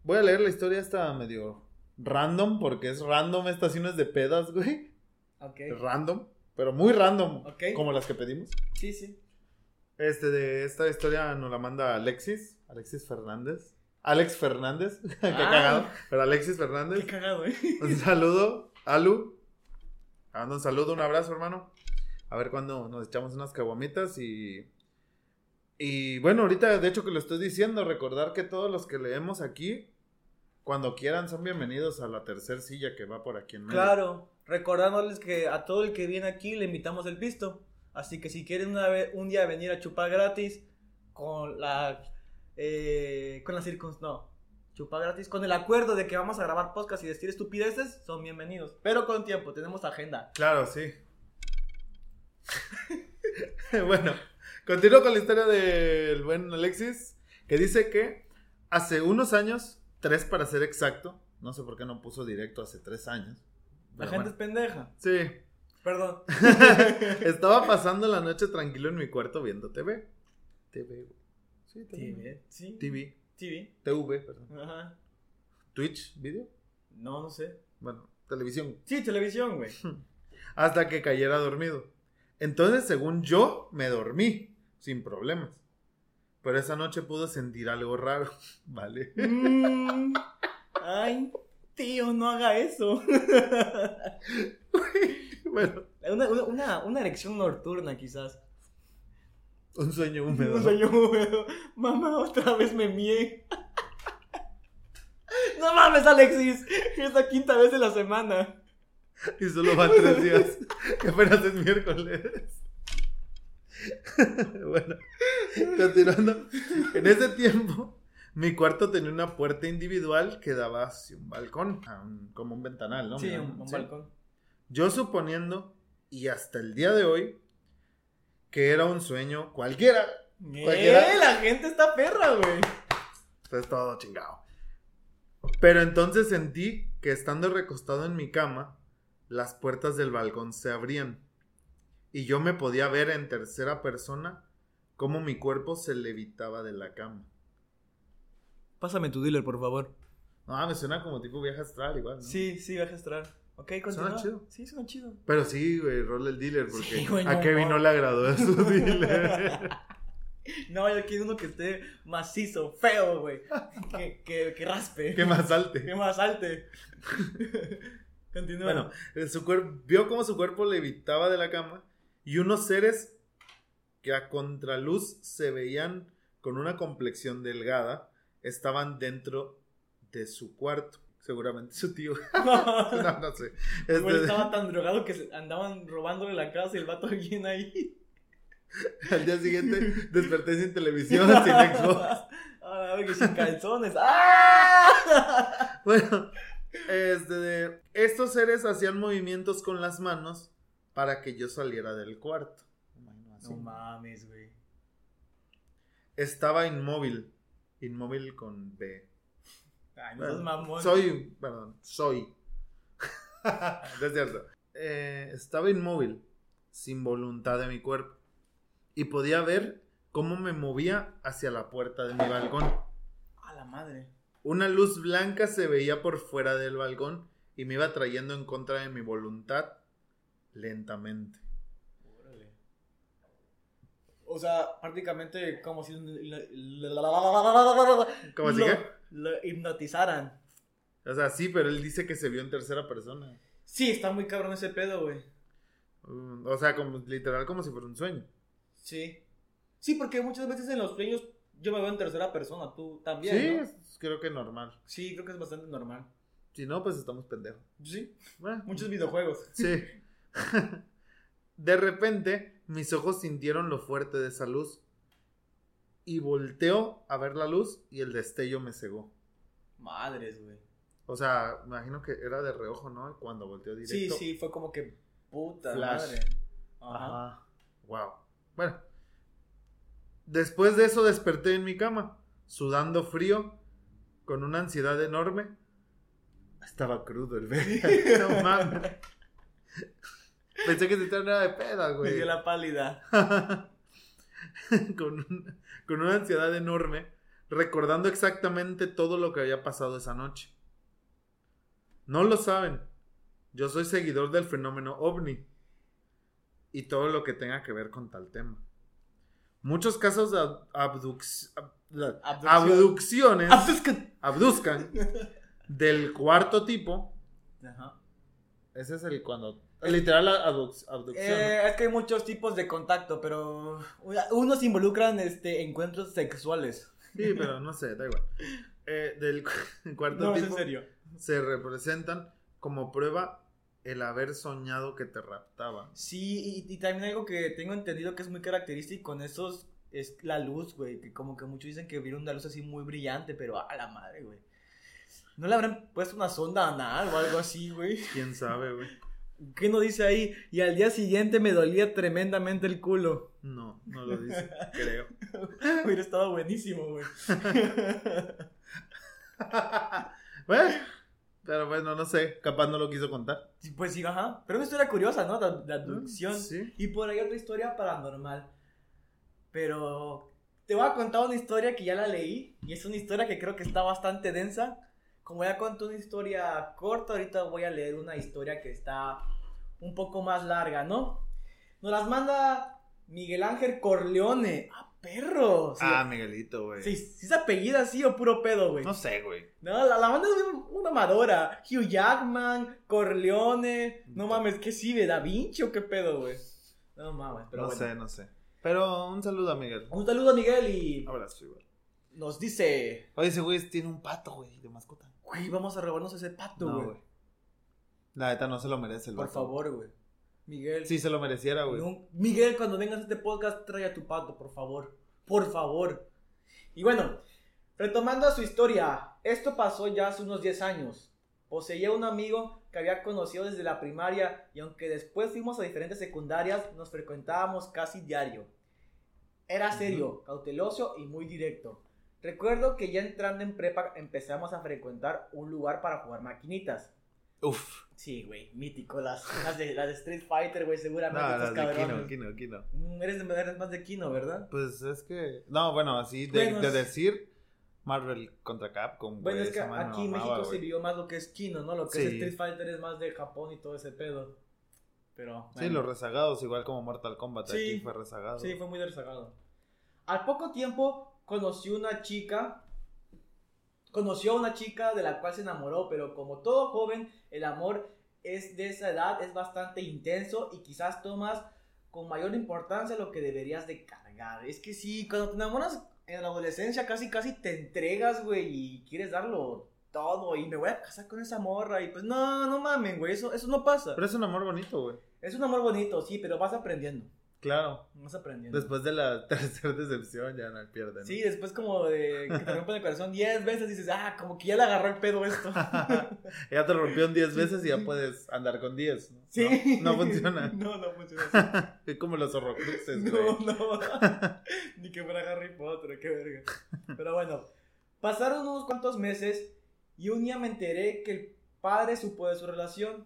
S2: Voy a leer la historia esta medio random, porque es random estaciones de pedas, güey.
S1: Ok.
S2: Random, pero muy random.
S1: Ok.
S2: Como las que pedimos.
S1: Sí,
S2: (laughs)
S1: sí.
S2: Este de esta historia nos la manda Alexis, Alexis Fernández. Alex Fernández, que
S1: Ah.
S2: cagado, pero Alexis
S1: Qué
S2: Fernández.
S1: cagado, eh.
S2: Un saludo, Alu. Te mando un saludo, un abrazo, hermano. A ver cuándo nos echamos unas caguamitas y. Y bueno, ahorita, de hecho, que lo estoy diciendo, recordar que todos los que leemos aquí, cuando quieran, son bienvenidos a la tercer silla que va por aquí en medio.
S1: Claro, recordándoles que a todo el que viene aquí le invitamos el pisto. Así que si quieren una ve- un día venir a chupar gratis con la eh, con la circun no, chupar gratis con el acuerdo de que vamos a grabar podcast y decir estupideces, son bienvenidos, pero con tiempo, tenemos agenda.
S2: Claro, sí. (laughs) bueno, continúo con la historia del buen Alexis, que dice que hace unos años, tres para ser exacto, no sé por qué no puso directo hace tres años.
S1: La
S2: pero
S1: gente
S2: bueno,
S1: es pendeja.
S2: Sí, (laughs)
S1: Perdón.
S2: Estaba pasando la noche tranquilo en mi cuarto viendo TV. TV, güey. Sí, TV.
S1: TV. Sí.
S2: TV.
S1: TV.
S2: TV, perdón.
S1: Ajá.
S2: Twitch, video.
S1: No, no sé.
S2: Bueno, televisión.
S1: Sí, televisión,
S2: (laughs)
S1: güey.
S2: Hasta que cayera dormido. Entonces, según yo, me dormí. Sin problemas. Pero esa noche pude sentir algo raro. (laughs) Vale.
S1: Mm. Ay, tío, no haga eso. (laughs)
S2: Bueno,
S1: Una, una, una, una erección nocturna, quizás.
S2: un sueño húmedo.
S1: Un
S2: ¿no?
S1: sueño húmedo. Mamá, otra vez me mié. (laughs) No mames, Alexis. Es la quinta vez de la semana.
S2: Y solo van tres días. (laughs) Que apenas es miércoles. (laughs) bueno, continuando. En ese tiempo, mi cuarto tenía una puerta individual que daba hacia un balcón, a un- como un ventanal, ¿no?
S1: sí,
S2: Mira,
S1: un, un
S2: sí.
S1: balcón.
S2: Yo suponiendo, y hasta el día de hoy, que era un sueño cualquiera. Cualquiera.
S1: Eh, la gente está perra, güey.
S2: Eso es todo chingado. Pero entonces sentí que estando recostado en mi cama, las puertas del balcón se abrían. Y yo me podía ver en tercera persona cómo mi cuerpo se levitaba de la cama.
S1: Pásame tu dealer, por favor.
S2: No, me suena como tipo viaje astral igual, ¿no?
S1: Sí, sí, vas a estrar. Ok, continúa.
S2: Suena chido.
S1: Sí, suena chido.
S2: Pero sí, güey, rol el dealer, porque
S1: Sí, güey,
S2: a
S1: no,
S2: Kevin
S1: no.
S2: no le agradó a su
S1: (laughs)
S2: dealer.
S1: No, yo quiero uno que esté macizo, feo,
S2: (laughs)
S1: güey. Que, que, que raspe.
S2: que más salte.
S1: Que más salte. (laughs) Continúa. (laughs)
S2: Bueno, eh, su cuer- vio cómo su cuerpo levitaba de la cama y unos seres que a contraluz se veían con una complexión delgada estaban dentro de su cuarto. Seguramente su tío. (laughs) no, no sé. Este, (laughs)
S1: Güey, estaba tan drogado que se- andaban robándole la casa y el vato bien ahí.
S2: Al día siguiente desperté sin televisión, (laughs)
S1: (laughs)
S2: sin Xbox.
S1: Ah, güey, que sin calzones. ¡Ah!
S2: Bueno, este, de- estos seres hacían movimientos con las manos para que yo saliera del cuarto.
S1: No mames, güey.
S2: Estaba inmóvil. Inmóvil con B.
S1: Ay, no seas mamón.
S2: Soy, perdón, soy. no es cierto. Eh, estaba inmóvil, sin voluntad de mi cuerpo. Y podía ver cómo me movía hacia la puerta de mi balcón.
S1: A la madre.
S2: Una luz blanca se veía por fuera del balcón y me iba trayendo en contra de mi voluntad lentamente.
S1: Órale. O sea, prácticamente como si la- la- la-
S2: ¿Cómo así
S1: lo-
S2: que?
S1: lo hipnotizaran.
S2: O sea, sí, pero él dice que se vio en tercera persona.
S1: Sí, está muy cabrón ese pedo, güey.
S2: Mm, O sea, como, literal como si fuera un sueño.
S1: Sí. Sí, porque muchas veces en los sueños yo me veo en tercera persona, tú también.
S2: sí,
S1: ¿no?
S2: es- creo que normal.
S1: Sí, creo que es bastante normal.
S2: Si no, pues estamos pendejos.
S1: Sí,
S2: Bueno,
S1: muchos videojuegos.
S2: Sí. De repente, mis ojos sintieron lo fuerte de esa luz. Y volteo a ver la luz y el destello me cegó.
S1: Madres, güey.
S2: O sea, me imagino que era de reojo, ¿no? Y Cuando volteó
S1: Sí,
S2: directo.
S1: sí, fue como que puta
S2: Flash.
S1: madre. Ajá.
S2: Ajá. Wow. Bueno. Después de eso desperté en mi cama, sudando frío, con una ansiedad enorme. Estaba crudo el bebé. no mames. Pensé que se era de peda,
S1: Me
S2: güey.
S1: dio la pálida.
S2: (laughs) con, un- con una ansiedad enorme, recordando exactamente todo lo que había pasado esa noche. No lo saben. Yo soy seguidor del fenómeno ovni y todo lo que tenga que ver con tal tema. Muchos casos de ab- abduc- ab- la-
S1: Abducción.
S2: abducciones
S1: (laughs) Ah, pues que-
S2: abduzcan del cuarto tipo
S1: Ajá.
S2: Ese es el cuando. el literal abduc- abducción.
S1: Eh, es que hay muchos tipos de contacto, pero unos involucran este, encuentros sexuales.
S2: Sí, pero no sé, da igual. Eh, del cu- (laughs) cuarto
S1: No, es en
S2: tipo
S1: serio.
S2: se representan como prueba el haber soñado que te raptaban.
S1: Sí, y, y también algo que tengo entendido que es muy característico con esos es la luz, güey. Que como que muchos dicen que vieron una luz así muy brillante, pero a la madre, güey. ¿No le habrán puesto una sonda anal o algo así, güey?
S2: ¿Quién sabe, güey?
S1: ¿Qué no dice ahí? Y al día siguiente me dolía tremendamente el
S2: (laughs)
S1: culo.
S2: No, no
S1: (laughs)
S2: lo dice, creo.
S1: Hubiera estado buenísimo,
S2: (laughs)
S1: güey.
S2: Bueno, pero bueno, no sé, capaz no lo quiso contar.
S1: Sí, Pues sí, ajá. Pero una historia curiosa, ¿no? De, de abducción.
S2: Mm, Sí.
S1: Y por ahí otra historia paranormal. Pero te voy a contar una historia que ya la leí y es una historia que creo que está bastante densa. Como ya conté una historia corta, ahorita voy a leer una historia que está un poco más larga, ¿no? Nos las manda Miguel Ángel Corleone. ¡Ah, perro! Sí,
S2: Ah, Miguelito, güey.
S1: sí, sí se apellida así o puro pedo, güey.
S2: No sé, güey.
S1: No, la, la banda es bien- una amadora. Hugh Jackman, Corleone. No mames, ¿qué sí, de Da Vinci o qué pedo, güey? No mames, pero
S2: no
S1: bueno.
S2: sé, no sé. Pero un saludo a Miguel.
S1: Un saludo a Miguel y
S2: Abrazo, igual.
S1: nos dice:
S2: Oye, ese güey tiene un pato, güey, de mascota.
S1: Güey, vamos a robarnos ese pato,
S2: No,
S1: güey.
S2: güey. La neta no se lo merece el
S1: Por
S2: vato.
S1: favor, güey. Miguel.
S2: Si se lo mereciera, güey.
S1: no- Miguel, cuando vengas a este podcast, trae a tu pato, por favor. Por favor. Y bueno, retomando su historia, esto pasó ya hace unos 10 años. Poseía un amigo que había conocido desde la primaria y aunque después fuimos a diferentes secundarias, nos frecuentábamos casi diario. Era serio, cauteloso y muy directo. Recuerdo que ya entrando en prepa empezamos a frecuentar un lugar para jugar maquinitas.
S2: Uf.
S1: Sí, güey, mítico. Las, las, de, las de Street Fighter, güey, seguramente
S2: No,
S1: estos
S2: las de
S1: cabrones.
S2: Kino, Kino, Kino.
S1: Mm, Eres, de- eres más de Kino, ¿verdad?
S2: Pues es que. No, bueno, así de,
S1: Bueno,
S2: de
S1: es-
S2: decir Marvel contra Capcom.
S1: Bueno,
S2: güey,
S1: es que
S2: esa madre
S1: aquí en
S2: me
S1: México
S2: mamaba,
S1: se
S2: güey.
S1: vivió más lo que es Kino, ¿no? Lo que es
S2: Sí.
S1: Street Fighter es más de Japón y todo ese pedo. Pero.
S2: Sí, los rezagados, igual como Mortal Kombat.
S1: Sí.
S2: Aquí fue rezagado.
S1: Sí, fue muy rezagado. Al poco tiempo conoció una chica. Conoció a una chica de la cual se enamoró, pero como todo joven, el amor es de esa edad, es bastante intenso y quizás tomas con mayor importancia lo que deberías de cargar. Es que sí, cuando te enamoras en la adolescencia casi casi te entregas, güey, y quieres darlo todo y me voy a casar con esa morra y pues no, no mamen, güey, eso, eso no pasa.
S2: Pero es un amor bonito, güey.
S1: Es un amor bonito, sí, pero vas aprendiendo,
S2: Claro.
S1: vas aprendiendo.
S2: Después de la (laughs) tercera decepción ya no pierden.
S1: Sí, después como de que te rompen el corazón 10 veces dices, ah, como que ya le agarró el pedo
S2: (laughs)
S1: esto.
S2: (laughs) ya te rompieron 10 veces y ya puedes andar con 10. ¿no?
S1: Sí.
S2: No, no funciona.
S1: (laughs) No, no funciona.
S2: (laughs)
S1: así.
S2: Es como los horrocruxes,
S1: No,
S2: güey. (laughs)
S1: no. (laughs) Ni que fuera Harry Potter, qué verga. Pero bueno, pasaron unos cuantos meses y un día me enteré que el padre supo de su relación.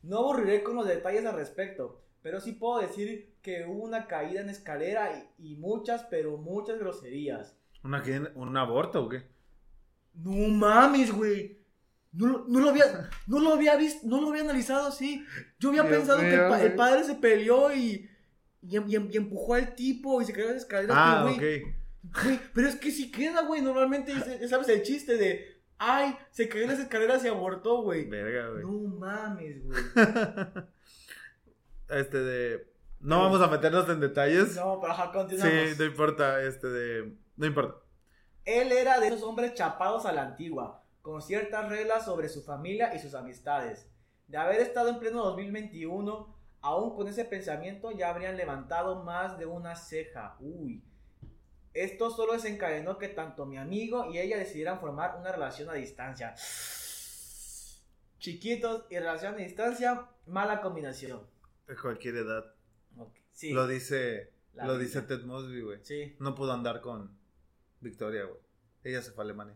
S1: No aburriré con los detalles al respecto, pero sí puedo decir que hubo una caída en escalera y, y muchas, pero muchas groserías.
S2: ¿Una que- ¿Un aborto o qué?
S1: No mames, güey. No, lo- no lo había, no lo había visto, no lo había analizado así. Yo había
S2: Dios
S1: pensado que
S2: mío,
S1: el, pa- el
S2: güey.
S1: padre se peleó y, y, em- y em- y empujó al tipo y se cayó las escaleras.
S2: Ah,
S1: pero, güey,
S2: ok.
S1: güey, pero es que si queda, güey. Normalmente, dice- ya sabes, el chiste de, ay, se cayó las escaleras y abortó, güey.
S2: Verga, güey.
S1: No mames, güey.
S2: (laughs) Este de. No vamos a meternos en detalles.
S1: No, pero ajá,
S2: sí,
S1: continuamos.
S2: no importa. Este de. No importa.
S1: Él era de esos hombres chapados a la antigua, con ciertas reglas sobre su familia y sus amistades. De haber estado en pleno 2021, aún con ese pensamiento ya habrían levantado más de una ceja. Uy. Esto solo desencadenó que tanto mi amigo y ella decidieran formar una relación a distancia. Chiquitos y relación a distancia, mala combinación.
S2: A cualquier edad.
S1: Ok, Sí.
S2: Lo dice.
S1: La
S2: lo
S1: vida.
S2: dice Ted Mosby, güey.
S1: Sí.
S2: No pudo andar con Victoria, güey. Ella se fue a Alemania.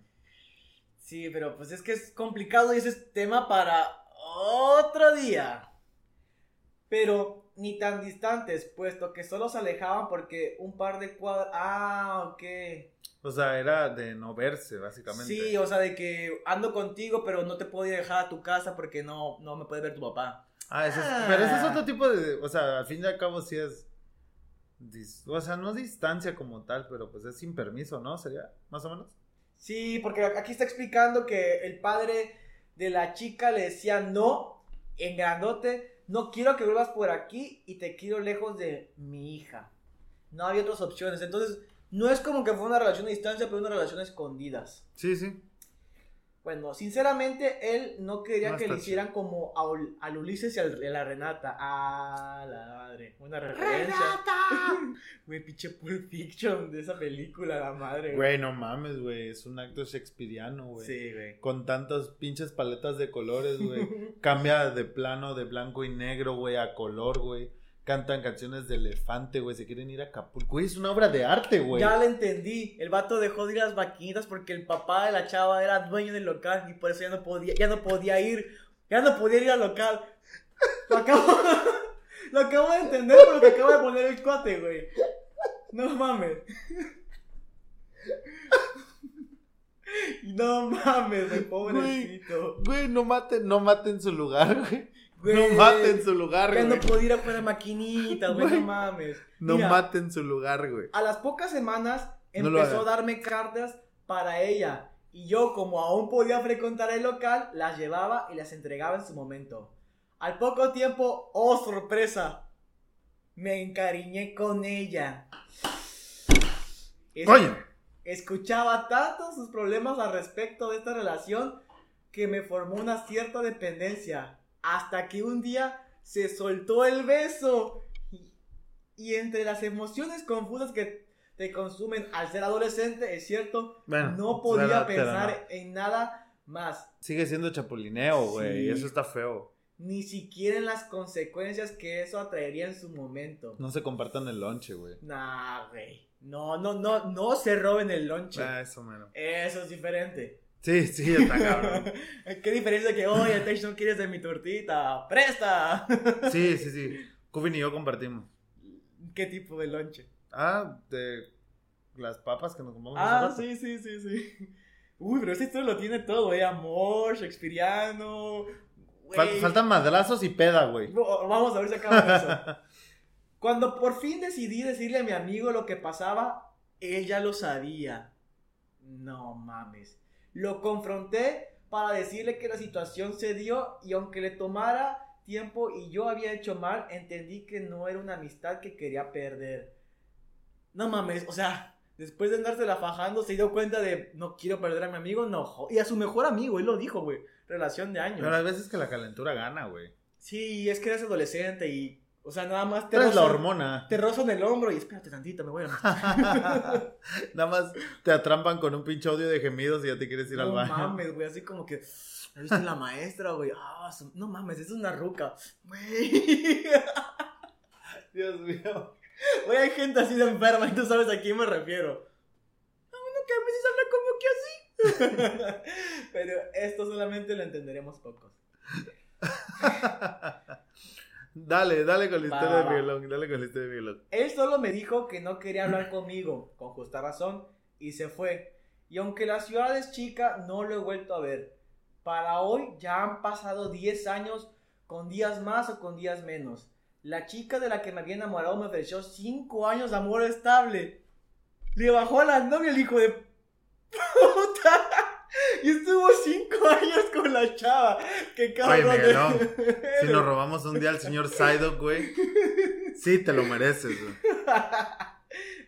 S1: Sí, pero pues es que es complicado y ese es tema para otro día. Pero ni tan distantes, puesto que solo se alejaban porque un par de cuadras... Ah, ok.
S2: O sea, era de no verse, básicamente.
S1: Sí, o sea, de que ando contigo, pero no te puedo ir a dejar a tu casa porque no, no me puede ver tu papá.
S2: Ah, eso es- pero ese es otro tipo de. O sea, al fin y al cabo sí es. dis- O sea, no distancia como tal, pero pues es sin permiso, ¿no? Sería más o menos.
S1: Sí, porque aquí está explicando que el padre de la chica le decía no en grandote, no quiero que vuelvas por aquí y te quiero lejos de mi hija. No había otras opciones. Entonces, no es como que fue una relación a distancia, pero una relación a escondidas.
S2: Sí, sí.
S1: Bueno, sinceramente, él no quería
S2: No
S1: que
S2: está
S1: le hicieran como a, Ul- al Ulises y al- a la Renata. A la madre. Una referencia. (laughs) Güey, pinche Pulp Fiction de esa película, la madre.
S2: Güey, no mames, güey. Es un acto shakespeariano, güey.
S1: Sí, güey.
S2: Con tantas pinches paletas de colores, güey. Cambia de plano de blanco y negro, güey, a color, güey. Cantan canciones de elefante, güey. Se quieren ir a Acapulco. Güey, es una obra de arte, güey.
S1: Ya la entendí. El vato dejó de ir a las vaquinitas porque el papá de la chava era dueño del local y por eso ya no podía, ya no podía ir. Ya no podía ir al local. Lo acabo, (laughs) lo acabo de entender pero te acabo de poner el cuate, güey. No mames. (laughs) No mames, güey, pobrecito.
S2: Güey, no maten, no maten su lugar, güey. No
S1: Güey,
S2: maten su lugar,
S1: Ya
S2: güey.
S1: no podía ir a jugar a maquinitas, güey, no
S2: Güey.
S1: mames.
S2: No
S1: Mira,
S2: maten su lugar, güey.
S1: A las pocas semanas
S2: No lo
S1: empezó a
S2: hagas.
S1: darme cartas para ella. Y yo, como aún podía frecuentar el local, las llevaba y las entregaba en su momento. Al poco tiempo, oh sorpresa, me encariñé con ella. Es-
S2: Coño.
S1: Escuchaba tanto sus problemas al respecto de esta relación que me formó una cierta dependencia. Hasta que un día se soltó el beso. Y, y entre las emociones confusas que te consumen al ser adolescente, es cierto,
S2: Bueno,
S1: no podía
S2: será- será
S1: pensar
S2: no.
S1: en nada más.
S2: Sigue siendo chapulineo, güey.
S1: Sí.
S2: Eso está feo.
S1: Ni siquiera en las consecuencias que eso atraería en su momento.
S2: No se compartan el lonche, güey.
S1: Nah, güey. No, no, no, no se roben el lonche.
S2: Ah, eso, mano.
S1: Eso es diferente.
S2: Sí, sí, está
S1: (laughs)
S2: cabrón.
S1: Eh, ¿Qué diferencia que, oye, Tesh, no quieres de mi tortita? ¡Presta! (laughs)
S2: Sí, sí, sí. Cubin y yo compartimos.
S1: ¿Qué tipo de lonche?
S2: Ah, de las papas que nos comamos.
S1: Ah,
S2: nosotros.
S1: sí, sí, sí, sí. Uy, pero ese historia lo tiene todo, ¿eh? Amor, shakespeariano. güey.
S2: Fal- faltan madrazos y peda, güey.
S1: Bo- Vamos a ver si acaba eso. (laughs) Cuando por fin decidí decirle a mi amigo lo que pasaba, él ya lo sabía. No mames. Lo confronté para decirle que la situación se dio y aunque le tomara tiempo y yo había hecho mal, entendí que no era una amistad que quería perder. No mames, o sea, después de andársela fajando se dio cuenta de no quiero perder a mi amigo, no. jo-". Y a su mejor amigo, él lo dijo, güey. Relación de años.
S2: Pero hay veces que la calentura gana, güey.
S1: Sí, es que eres adolescente y, o sea, nada más te
S2: Traes la
S1: rozan-
S2: hormona.
S1: Te rozan el hombro y espérate tantito, me voy a
S2: (laughs) Nada más te atrampan con un pinche audio de gemidos y ya te quieres ir al
S1: No
S2: baño.
S1: mames, güey, así como que, ¿la viste la maestra, güey? Ah, su- no mames, es una ruca, güey. (laughs)
S2: Dios mío.
S1: Güey, hay gente así de enferma y tú sabes a quién me refiero. A uno que a veces habla como que así. (laughs) Pero esto solamente lo entenderemos pocos.
S2: Dale, dale con la
S1: Va,
S2: historia de
S1: va.
S2: Riolón, dale con la historia de Riolón.
S1: Él solo me dijo que no quería
S2: (laughs)
S1: hablar conmigo, con justa razón, y se fue. Y aunque la ciudad es chica, no lo he vuelto a ver. Para hoy ya han pasado 10 años, con días más o con días menos. La chica de la que me había enamorado me ofreció 5 años de amor estable. Le bajó a la novia el hijo de puta. (laughs) Y estuvo 5 años con la chava. Qué cabrón. ¿eh?
S2: Miguelón,
S1: eres.
S2: Si
S1: (laughs)
S2: nos robamos un día al señor Psyduck, güey. Sí, te lo mereces,
S1: (laughs)
S2: güey.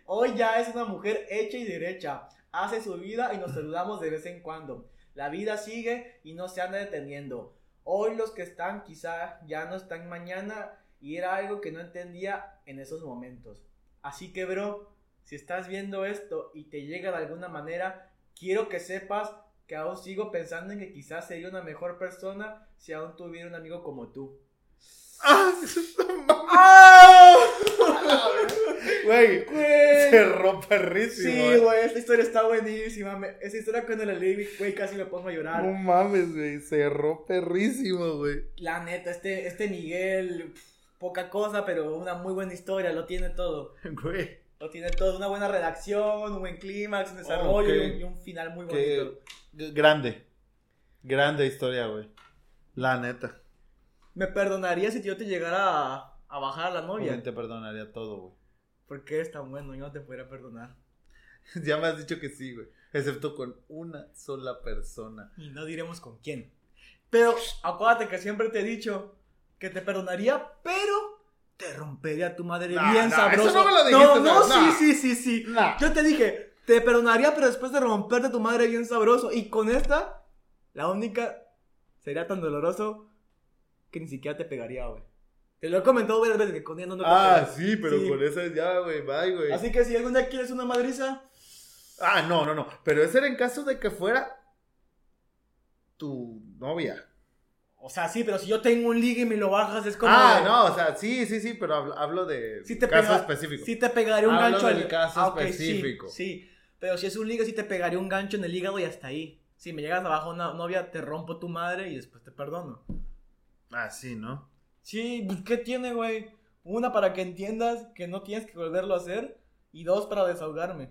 S1: Hoy ya es una mujer hecha y derecha. Hace su vida y nos saludamos de vez en cuando. La vida sigue y no se anda deteniendo. Hoy los que están quizá ya no están mañana y era algo que no entendía en esos momentos. Así que, bro, si estás viendo esto y te llega de alguna manera, quiero que sepas que aún sigo pensando en que quizás sería una mejor persona si aún tuviera un amigo como tú.
S2: Güey,
S1: Güey.
S2: cerró perrísimo.
S1: Sí,
S2: güey.
S1: güey, esta historia está buenísima. me- Esa historia cuando la leí, güey, casi me pongo a llorar.
S2: No mames, güey. Cerró perrísimo, güey.
S1: La neta, este, este Miguel, pf, poca cosa, pero una muy buena historia, lo tiene todo.
S2: Güey.
S1: Lo tiene todo, una buena redacción, un buen clímax, un desarrollo
S2: ok.
S1: y, un, y un final muy
S2: Qué-
S1: bonito.
S2: g- Grande. Grande historia, güey. La neta.
S1: ¿Me perdonaría si yo te llegara a, a bajar a la novia?
S2: Güey, te perdonaría todo, güey. (laughs)
S1: Porque eres tan bueno, yo no te podría perdonar.
S2: Ya me has dicho que sí, güey. Excepto con una sola persona.
S1: Y no diremos con quién. Pero acuérdate que siempre te he dicho que te perdonaría, pero te rompería tu madre
S2: No,
S1: bien
S2: no,
S1: sabroso.
S2: eso no me lo dijiste,
S1: no, no,
S2: pero no.
S1: sí, sí, sí, sí.
S2: No.
S1: Yo te dije, te perdonaría, pero después de romperte tu madre bien sabroso. Y con esta, la única sería tan doloroso que ni siquiera te pegaría, güey. Te lo he comentado varias veces que con ella no te
S2: Ah,
S1: pegas.
S2: sí, pero
S1: Sí.
S2: con esa ya, güey, bye, güey.
S1: Así que si algún día quieres una madriza,
S2: Ah, no, no, no. Pero ese era en caso de que fuera tu novia.
S1: o sea, sí, pero si yo tengo un ligue y me lo bajas, es como.
S2: Ah,
S1: de-
S2: no, o sea, sí, sí, sí, pero hablo, hablo de
S1: Sí te
S2: caso
S1: pega-
S2: específico.
S1: Sí te pegaría un
S2: Hablo
S1: gancho
S2: del
S1: al-
S2: caso
S1: Ah, ok, sí,
S2: específico.
S1: Sí, pero si es un liga, sí te pegaría un gancho en el hígado y hasta ahí. Si me llegas abajo una novia, te rompo tu madre y después te perdono.
S2: Ah, sí, ¿no?
S1: Sí, pues, ¿qué tiene, güey? Una, para que entiendas que no tienes que volverlo a hacer. Y dos, para desahogarme.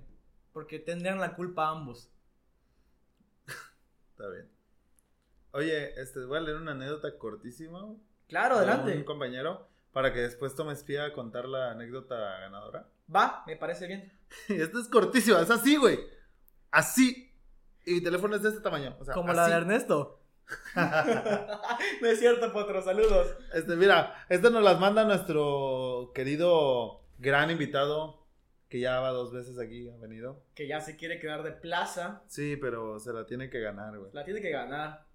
S1: Porque tendrían la culpa ambos.
S2: Está bien. Oye, este, voy a leer una anécdota cortísima. güey,
S1: Claro,
S2: de
S1: adelante.
S2: Un compañero, para que después tomes pie a contar la anécdota ganadora. (laughs)
S1: Va, me parece bien.
S2: Y esta es cortísima, es así, güey. Así. Y mi teléfono es de este tamaño. O sea,
S1: Como la
S2: así.
S1: de Ernesto. (laughs) no es cierto, Potro, saludos.
S2: Este, mira, esta nos las manda nuestro querido gran invitado, que ya va dos veces aquí, ha venido.
S1: Que ya se quiere quedar de plaza.
S2: Sí, pero se la tiene que ganar, güey.
S1: La tiene que ganar.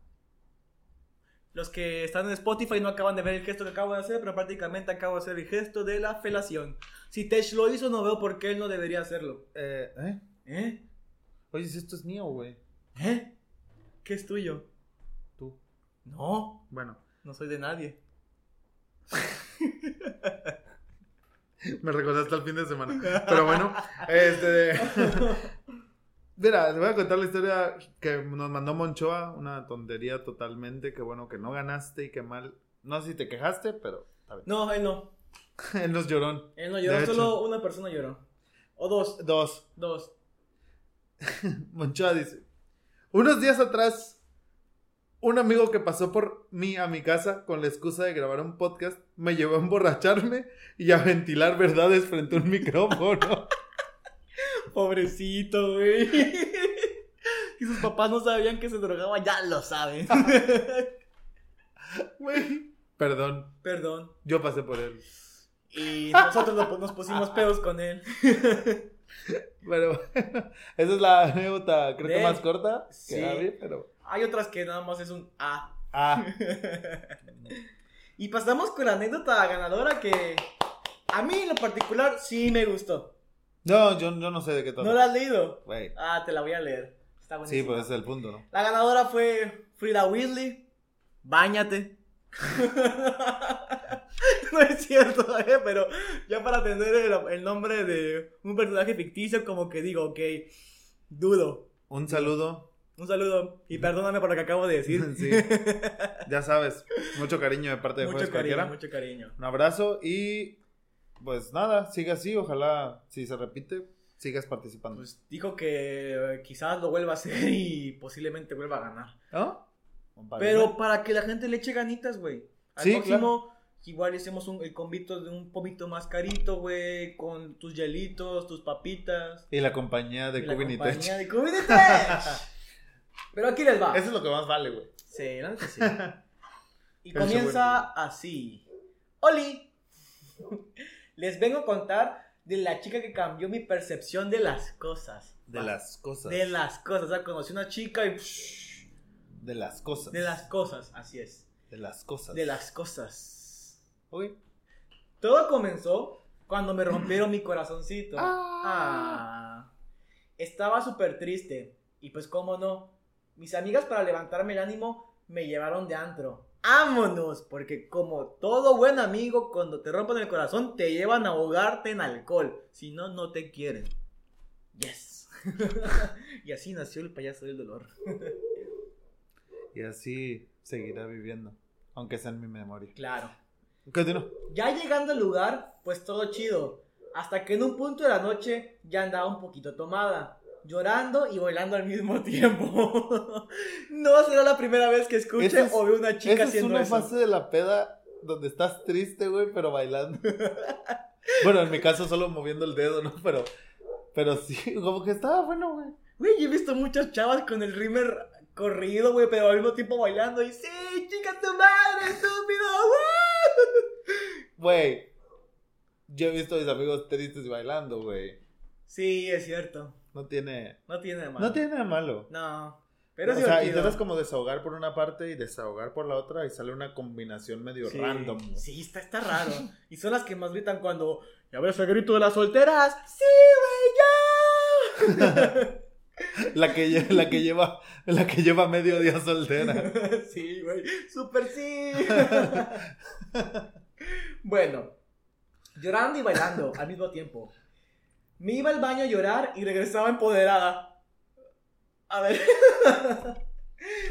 S1: Los que están en Spotify no acaban de ver el gesto que acabo de hacer, pero prácticamente acabo de hacer el gesto de la felación. Si Tesh lo hizo, no veo por qué él no debería hacerlo.
S2: Eh, ¿eh?
S1: ¿Eh?
S2: Oye, si esto es mío, güey.
S1: ¿Eh? ¿Qué es tuyo?
S2: Tú.
S1: No,
S2: Bueno, (laughs)
S1: no soy de nadie. (laughs)
S2: me recordaste al fin de semana. Pero bueno, este. Mira, les voy a contar la historia que nos mandó Monchoa, una tontería totalmente. Que bueno que no ganaste y que mal. No sé si te quejaste, pero (laughs) está bien.
S1: No, él no.
S2: Él nos lloró.
S1: Él no
S2: De
S1: lloró,
S2: hecho.
S1: solo una persona lloró. O dos,
S2: Dos.
S1: dos.
S2: Monchoa dice: Unos días atrás, un amigo que pasó por mí a mi casa con la excusa de grabar un podcast me llevó a emborracharme y a ventilar verdades frente a un (laughs) micrófono.
S1: Pobrecito, güey. (laughs) Y sus papás no sabían que se drogaba, ya lo saben.
S2: Güey. Perdón,
S1: Perdón.
S2: yo pasé por él.
S1: Y nosotros lo- nos pusimos pedos con él.
S2: Pero (laughs) bueno, esa es la anécdota, creo que
S1: Ven.
S2: más corta. que
S1: Sí.
S2: Gaby,
S1: (laughs)
S2: pero.
S1: Hay otras que nada más es un A.
S2: Ah,
S1: y pasamos con la anécdota ganadora que a mí en lo particular sí me gustó.
S2: no, yo, yo no sé de qué
S1: ¿No
S2: todo.
S1: la has leído?
S2: Güey.
S1: Ah, te la voy a leer. Está
S2: Sí,
S1: buenísima.
S2: pues ese es el punto, ¿no?
S1: La ganadora fue Frida Whitley. Báñate. (laughs) no es cierto, eh, pero ya para tener el, el nombre de un personaje ficticio, como que digo, ok, dudo.
S2: Un saludo.
S1: Un saludo y perdóname por lo que acabo de decir.
S2: Sí. (laughs) Ya sabes, mucho cariño de parte de Jueves
S1: mucho
S2: Cualquiera.
S1: cariño, mucho cariño.
S2: Un abrazo y pues nada, sigue así, ojalá si se repite, sigas participando.
S1: Pues dijo que eh, quizás lo vuelva a hacer (laughs) y posiblemente vuelva a ganar.
S2: ¿No? Compadre.
S1: Pero para que la gente le eche ganitas, güey. Al
S2: Sí,
S1: próximo, igual hacemos un, el convito de un pomito más carito, güey. Con tus hielitos, tus papitas.
S2: Y la compañía de
S1: la
S2: Cubin y Tech.
S1: compañía de Cubin y Tech. Pero aquí les va.
S2: (laughs) Eso es lo que más vale, güey.
S1: Sí, la neta
S2: (laughs)
S1: sí. Y
S2: Pero
S1: comienza así. ¡Oli! (laughs) Les vengo a contar de la chica que cambió mi percepción de las cosas.
S2: De las cosas.
S1: De las cosas. O sea, conocí una chica y...
S2: De las cosas.
S1: De las cosas, así es.
S2: De las cosas.
S1: De las cosas.
S2: Uy.
S1: Todo comenzó cuando me rompieron mi corazoncito.
S2: Ah.
S1: Ah. Estaba súper triste. Y pues, cómo no. Mis amigas, para levantarme el ánimo, me llevaron de antro. ¡Vámonos! Porque, como todo buen amigo, cuando te rompen el corazón, te llevan a ahogarte en alcohol. Si no, no te quieren. Yes. (laughs) y así nació el payaso del dolor.
S2: Y así seguirá viviendo, aunque sea en mi memoria.
S1: Claro.
S2: Continúa.
S1: Ya llegando al lugar, pues todo chido. Hasta que en un punto de la noche ya andaba un poquito tomada, llorando y bailando al mismo (laughs) tiempo. no será la primera vez que escuche
S2: Esa es-
S1: o veo una chica
S2: Esa es
S1: haciendo
S2: una
S1: eso.
S2: fase de la peda donde estás triste, güey, pero bailando. (laughs) bueno, en mi caso solo moviendo el dedo, ¿no? Pero, pero sí, (laughs) como que estaba bueno, güey.
S1: Güey, yo he visto muchas chavas con el rimmer corrido, güey, pero al mismo tiempo bailando y sí,
S2: Güey, yo he visto a mis amigos tristes bailando, güey.
S1: Sí, es cierto.
S2: No tiene...
S1: No tiene de malo.
S2: No tiene nada de malo.
S1: No. Pero es
S2: o sea,
S1: divertido.
S2: intentas como desahogar por una parte y desahogar por la otra y sale una combinación medio
S1: Sí.
S2: (laughs) random.
S1: Sí, está, está
S2: (laughs)
S1: raro. Y son las que más gritan cuando. ¿Ya ves el grito de las solteras? ¡Sí, güey,
S2: La que, lle- la que lleva la que lleva medio día (laughs) soltera.
S1: ya! (laughs) sí, güey. ¡Súper sí! (laughs) bueno, llorando y bailando al mismo tiempo. Me iba al baño a llorar y regresaba empoderada. A ver. (laughs)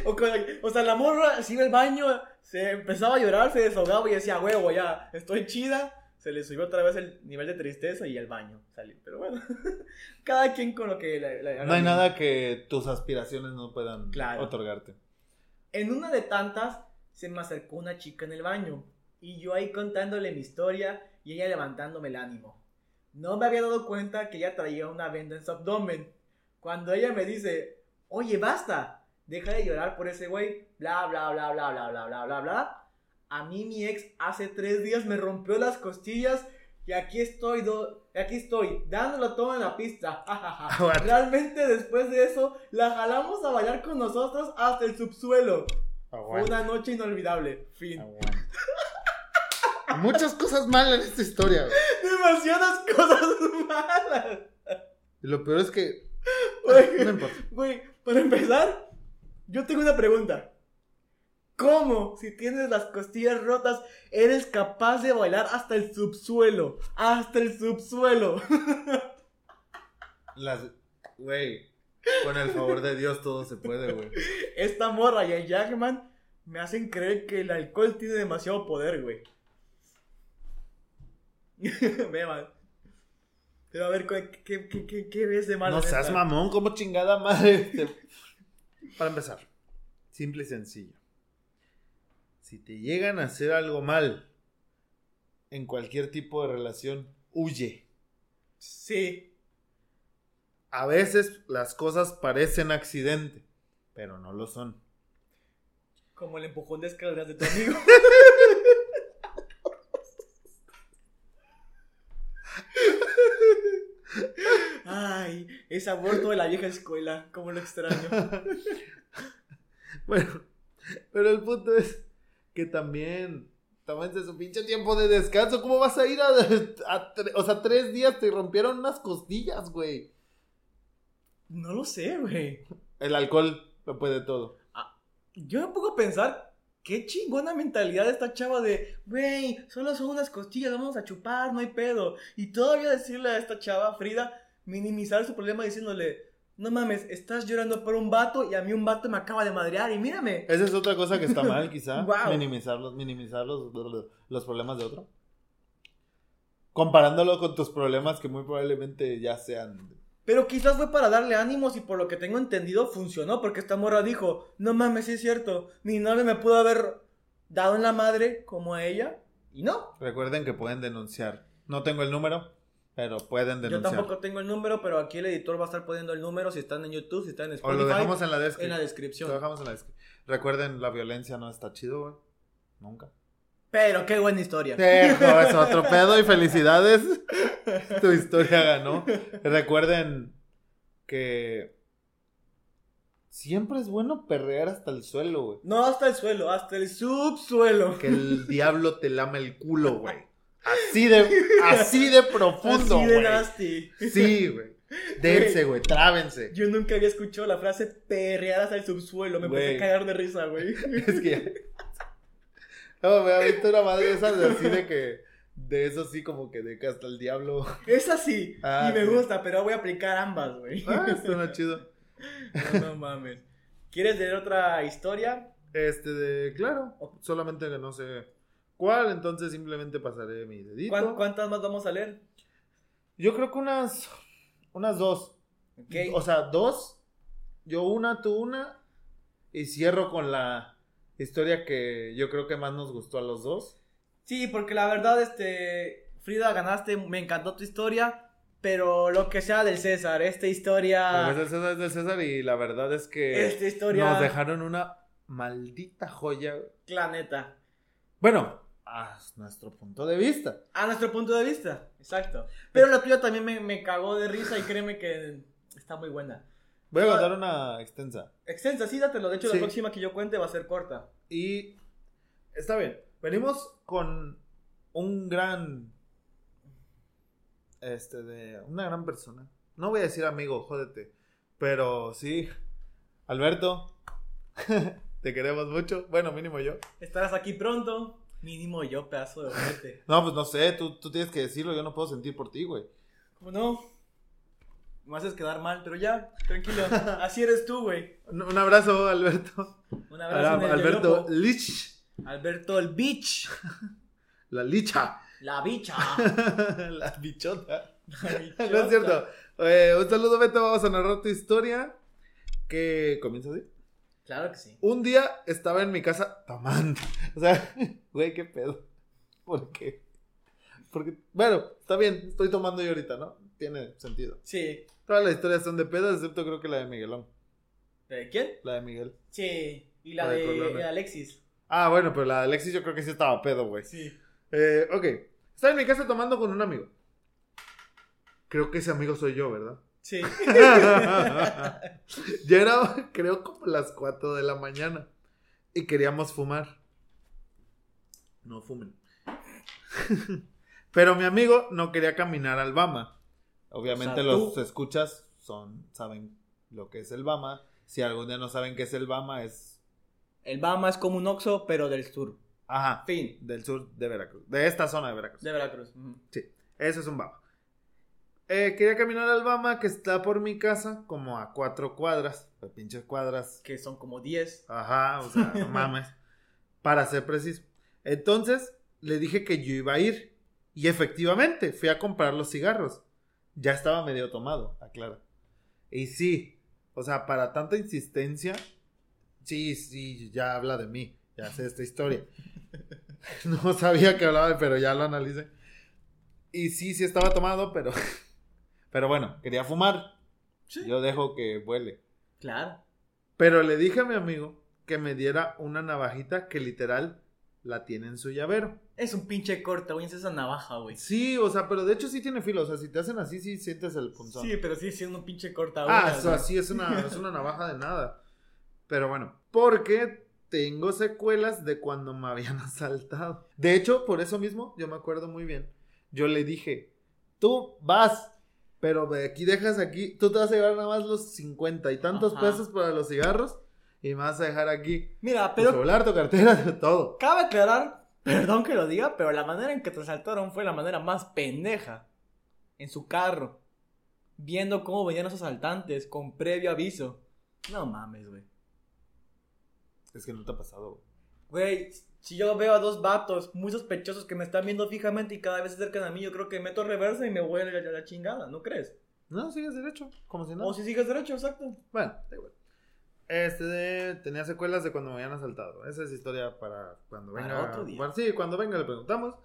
S1: O, con- o sea, la morra se iba al baño, se empezaba a llorar, se desahogaba y decía, huevo, ya, estoy chida. Se le subió otra vez el nivel de tristeza y al baño salí. Pero bueno, (laughs) cada quien con lo que le, le-
S2: No hay nada que tus aspiraciones no puedan
S1: Claro.
S2: otorgarte.
S1: En una de tantas se me acercó una chica en el baño y yo ahí contándole mi historia y ella levantándome el ánimo. No me había dado cuenta que ella traía una venda en su abdomen. Cuando ella me dice, oye, basta, deja de llorar por ese güey, bla, bla, bla, bla, bla, bla, bla, bla, bla. A mí mi ex hace tres días me rompió las costillas y aquí estoy, do- aquí estoy, dándolo todo en la pista. (laughs) Ja, ja, ja.
S2: What?
S1: Realmente después de eso, la jalamos a bailar con nosotros hasta el subsuelo. Fue
S2: Aguanta,
S1: una noche inolvidable. Fin.
S2: aguanta. Muchas cosas malas en esta historia, güey.
S1: (laughs) Demasiadas cosas malas.
S2: Y Lo peor es que.
S1: Güey.
S2: No importa.
S1: (laughs) Güey, para empezar, yo tengo una pregunta. ¿Cómo, si tienes las costillas rotas, eres capaz de bailar hasta el subsuelo? Hasta el subsuelo. (laughs)
S2: Las. Güey. Con el favor de Dios todo se puede, güey.
S1: Esta morra y el Jackman me hacen creer que el alcohol tiene demasiado poder, güey. (laughs) Beban. Pero a ver, ¿qué, qué, qué- qué- qué ves de malo?
S2: No
S1: en
S2: seas
S1: esta?
S2: mamón, como chingada madre. Te- Para empezar, simple y sencillo. Si te llegan a hacer algo mal en cualquier tipo de relación, huye.
S1: Sí,
S2: A veces las cosas parecen accidente, pero no lo son.
S1: como el empujón de escaleras de tu amigo. Ay, ese aborto de la vieja escuela, como lo extraño.
S2: Bueno, (laughs) pero el punto es que también tómense su pinche tiempo de descanso. ¿Cómo vas a ir a, a tre- o sea, tres días te rompieron unas costillas, güey?
S1: No lo sé, güey.
S2: El alcohol lo puede todo.
S1: Yo me pongo a pensar qué chingona mentalidad de esta chava de, güey, solo son unas costillas, vamos a chupar, no hay pedo. Y todavía decirle a esta chava, Frida, minimizar su problema diciéndole, no mames, estás llorando por un vato y a mí un vato me acaba de madrear y mírame.
S2: Esa es otra cosa que está mal,
S1: (laughs)
S2: quizá.
S1: Guau.
S2: Minimizar, los, minimizar los, los- los problemas de otro. Comparándolo con tus problemas que muy probablemente ya sean.
S1: Pero quizás fue para darle ánimos y por lo que tengo entendido funcionó porque esta morra dijo, no mames, sí es cierto, mi novia me pudo haber dado en la madre como a ella y no.
S2: Recuerden que pueden denunciar. No tengo el número, pero pueden
S1: Yo
S2: denunciar.
S1: tampoco tengo el número, pero aquí el editor va a estar poniendo el número si están en YouTube, si están en
S2: O
S1: Spotify,
S2: lo dejamos en la
S1: en la
S2: descripción. Lo
S1: descripción.
S2: dejamos en la descri- Recuerden, la violencia no está chido, güey. Nunca.
S1: Pero qué buena historia.
S2: Dejo, (laughs) es otro pedo y felicidades. Tu historia ganó. Recuerden que siempre es bueno perrear hasta el suelo, güey.
S1: No hasta el suelo, hasta el subsuelo.
S2: Que el (laughs) diablo te lama el culo, güey. Así de, así de profundo,
S1: Así de
S2: güey.
S1: nasty.
S2: Sí, güey. Dense, güey, trábense.
S1: Yo nunca había escuchado la frase perrear hasta el subsuelo. Me empecé
S2: Güey.
S1: a cagar de risa, güey. (laughs)
S2: Es que ya... No, me ha visto una madre esa de así de que... De eso sí, como que de que hasta
S1: (laughs)
S2: el diablo...
S1: Es así.
S2: Ah,
S1: y me
S2: sí.
S1: gusta, pero voy a aplicar ambas, güey.
S2: Ah, suena chido.
S1: No, no mames. ¿Quieres leer otra historia?
S2: Este de, claro, solamente que no sé cuál, entonces simplemente pasaré mi dedito.
S1: ¿Cuán- ¿Cuántas más vamos a leer?
S2: Yo creo que unas unas dos.
S1: Ok.
S2: O sea, dos. Yo una, tú una y cierro con la historia que yo creo que más nos gustó a los dos.
S1: Sí, porque la verdad, este, Frida, ganaste, me encantó tu historia, pero lo que sea del César, esta
S2: Pero es
S1: historia,
S2: del César, es del César y la verdad es que
S1: Ah. esta historia,
S2: nos dejaron una maldita joya.
S1: la neta.
S2: Bueno, a nuestro punto de vista.
S1: A nuestro punto de vista, exacto. Pero la tuya también me, me cagó de risa y créeme que está muy buena.
S2: Voy a
S1: Yo-
S2: contar una extensa.
S1: Extensa, sí, dátelo. De hecho,
S2: Sí.
S1: la próxima que yo cuente va a ser corta.
S2: Y está bien. Venimos con un gran. Este, de. Una gran persona. No voy a decir amigo, jódete. Pero sí. Alberto. (laughs) te queremos mucho. Bueno, mínimo yo.
S1: Estarás aquí pronto. Mínimo yo, pedazo de ojete.
S2: No, pues no sé. Tú, tú tienes que decirlo. Yo no puedo sentir por ti, güey.
S1: ¿Cómo no? Me haces quedar mal, pero ya,
S2: (laughs)
S1: tranquilo. Así eres tú, güey.
S2: Un un abrazo, Alberto.
S1: Un abrazo. en el
S2: Alberto
S1: yoyopo.
S2: Lich.
S1: Alberto el bitch.
S2: La licha. (laughs)
S1: La bicha.
S2: la bichota.
S1: La bichota.
S2: (laughs) No es cierto. Eh, un saludo, Beto. Vamos a narrar tu historia. Que comienza así.
S1: Claro que sí.
S2: Un día estaba en mi casa tomando. (laughs) O sea, güey, qué pedo. ¿Por qué? Porque, bueno, está bien, estoy tomando yo ahorita, ¿no? Tiene sentido.
S1: Sí.
S2: Todas las historias son de pedo, excepto creo que la de Miguelón.
S1: ¿De quién?
S2: La de Miguel.
S1: Sí. Y la
S2: La de
S1: de,
S2: Corleone.
S1: Alexis.
S2: Ah, bueno, pero la de Alexis yo creo que sí estaba pedo, güey.
S1: Sí.
S2: Eh, ok. Estaba en mi casa tomando con un amigo. Creo que ese amigo soy yo, ¿verdad? (laughs)
S1: Sí.
S2: ya era, creo, como las 4 de la mañana. Y queríamos fumar. No fumen. (laughs) Pero mi amigo no quería caminar al Bama. Obviamente
S1: O sea,
S2: los
S1: tú-
S2: escuchas son, saben lo que es el Bama. Si algún día no saben qué es el Bama, es...
S1: El Bama es como un Oxxo, pero del sur.
S2: Ajá,
S1: Fin.
S2: del sur de Veracruz. De esta zona de Veracruz.
S1: De Veracruz. Ujú.
S2: Eso es un Bama. Eh, quería caminar al Bama, que está por mi casa, como a cuatro cuadras. Pues, Pinches cuadras.
S1: Que son como 10.
S2: Ajá, o sea, no mames. Para ser preciso. Entonces, le dije que yo iba a ir. Y efectivamente, fui a comprar los cigarros. Ya estaba medio tomado, aclara. Y sí, o sea, para tanta insistencia, sí, sí, ya habla de mí. Ya sé esta historia. (laughs) No sabía que hablaba, pero ya lo analicé. Y sí, sí estaba tomado, pero. (laughs) Pero bueno, quería fumar.
S1: Sí.
S2: Yo dejo que vuele.
S1: Claro.
S2: Pero le dije a mi amigo que me diera una navajita que literal la tiene en su llavero.
S1: Es un pinche corta, güey. Es esa navaja, güey.
S2: Sí, o sea, pero de hecho sí tiene filo. O sea, si te hacen así, sí sientes el punzón.
S1: Sí, pero sí siendo un pinche corta.
S2: ah,
S1: uñas,
S2: eso
S1: güey.
S2: así
S1: (laughs)
S2: es una, es una navaja de nada. Pero bueno, porque tengo secuelas de cuando me habían (laughs) asaltado. De hecho, por eso mismo, yo me acuerdo muy bien. Yo le dije, tú vas, pero de aquí dejas aquí, tú te vas a llevar nada más los cincuenta y tantos
S1: Ajá.
S2: pesos para los cigarros y me vas a dejar aquí.
S1: Mira,
S2: Tu
S1: pero
S2: celular, tu cartera, todo.
S1: cabe aclarar, (laughs) perdón que lo diga, pero la manera en que te asaltaron fue la manera más pendeja. En su carro. Viendo cómo venían los asaltantes con previo aviso. No mames, güey.
S2: Es que no te ha pasado.
S1: Güey, si yo veo a dos vatos muy sospechosos que me están viendo fijamente y cada vez se acercan a mí, yo creo que meto reversa y me voy a la, a la chingada, ¿no crees?
S2: No, sigues derecho, como si no.
S1: O si sigues derecho, exacto.
S2: Bueno, da igual. Este de- tenía secuelas de cuando me habían asaltado. Esa es historia para cuando
S1: Para
S2: venga.
S1: otro día.
S2: Bueno, sí, cuando venga le preguntamos.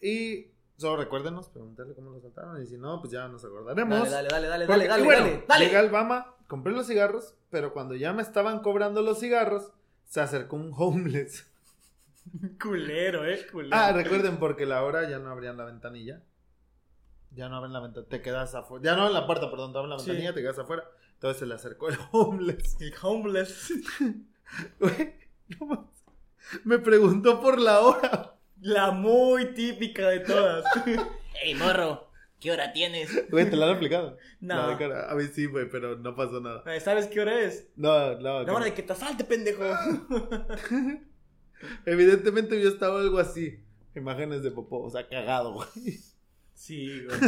S2: Y solo recuérdenos preguntarle cómo lo asaltaron. Y si no, pues ya nos acordaremos.
S1: Dale, dale, dale, dale,
S2: Porque-
S1: dale, dale,
S2: y bueno,
S1: dale, dale.
S2: Llegué al Bama, compré los cigarros, pero cuando ya me estaban cobrando los cigarros, se acercó un homeless.
S1: Culero, eh, culero.
S2: Ah, recuerden, porque la hora ya no abrían la ventanilla. Ya no abren la ventana, te quedas afuera. Ya no abren la puerta, perdón, te abren la
S1: Sí.
S2: ventanilla, te quedas afuera. Entonces se le acercó el homeless. (laughs)
S1: El homeless. (laughs)
S2: Güey, no mames. Me preguntó por la hora.
S1: La muy típica de todas. (laughs) Ey, morro, ¿qué hora tienes?
S2: Güey, te la
S1: (laughs)
S2: han aplicado. La de
S1: No.
S2: cara. A mí sí, güey, pero no pasó nada.
S1: Eh, ¿Sabes qué hora es?
S2: No, no.
S1: La
S2: no.
S1: hora de que te asalte,
S2: (laughs)
S1: pendejo.
S2: Evidentemente yo estaba algo así. Imágenes de popó, o sea, cagado, güey.
S1: Sí, güey.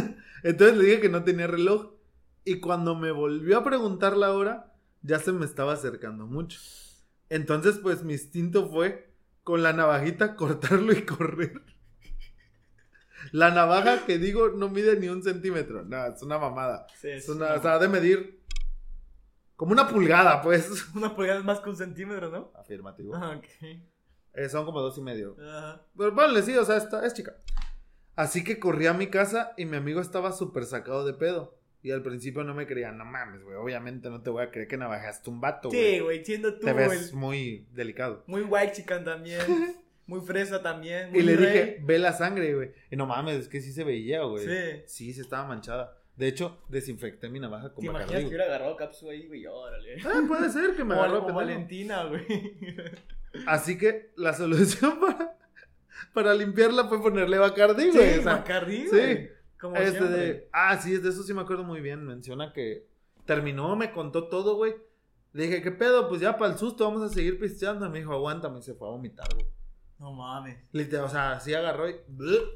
S2: Entonces le dije que no tenía reloj. Y cuando me volvió a preguntar la hora, ya se me estaba acercando mucho. Entonces, pues mi instinto fue con la navajita (laughs) cortarlo y correr. La navaja que digo no mide ni un centímetro. No, es una mamada.
S1: Sí,
S2: Es una, o sea, ha de medir como una pulgada, pues.
S1: Una pulgada es más que un centímetro, ¿no?
S2: Afirmativo.
S1: Ah, ok.
S2: Eh, son como dos y medio.
S1: Ajá.
S2: Pero vale, sí, o sea, está, es chica. Así que corrí a mi casa y mi amigo estaba súper sacado de pedo. Y al principio no me creía, no mames, güey, obviamente no te voy a creer que navajaste un vato, güey.
S1: Sí, güey, siendo tú,
S2: te
S1: güey.
S2: ves muy delicado. (laughs)
S1: Muy white chican también. muy fresa también. Muy
S2: Y le
S1: rey.
S2: dije, ve la sangre, güey. Y no mames, es que sí se veía, güey.
S1: Sí.
S2: Sí, se estaba manchada. De hecho, desinfecté mi navaja con
S1: ¿Te imaginas
S2: Bacardí,
S1: que
S2: güey.
S1: hubiera agarrado Capsu ahí, güey? Órale.
S2: Ah, puede ser que
S1: Como,
S2: me agarró
S1: como
S2: pendejo.
S1: Valentina, güey.
S2: Así que la solución (laughs) para, para limpiarla fue ponerle Bacardi, güey.
S1: Sí,
S2: o sea,
S1: Bacardi,
S2: sí.
S1: güey. Como
S2: este
S1: siempre.
S2: de, ah, sí, de eso sí me acuerdo muy bien. Menciona que terminó, me contó todo, güey. Le dije, ¿qué pedo? Pues ya para el susto vamos a seguir pisteando. Y me dijo, aguántame. Y se fue a vomitar, güey.
S1: No mames.
S2: Literal, o sea, sí agarró y...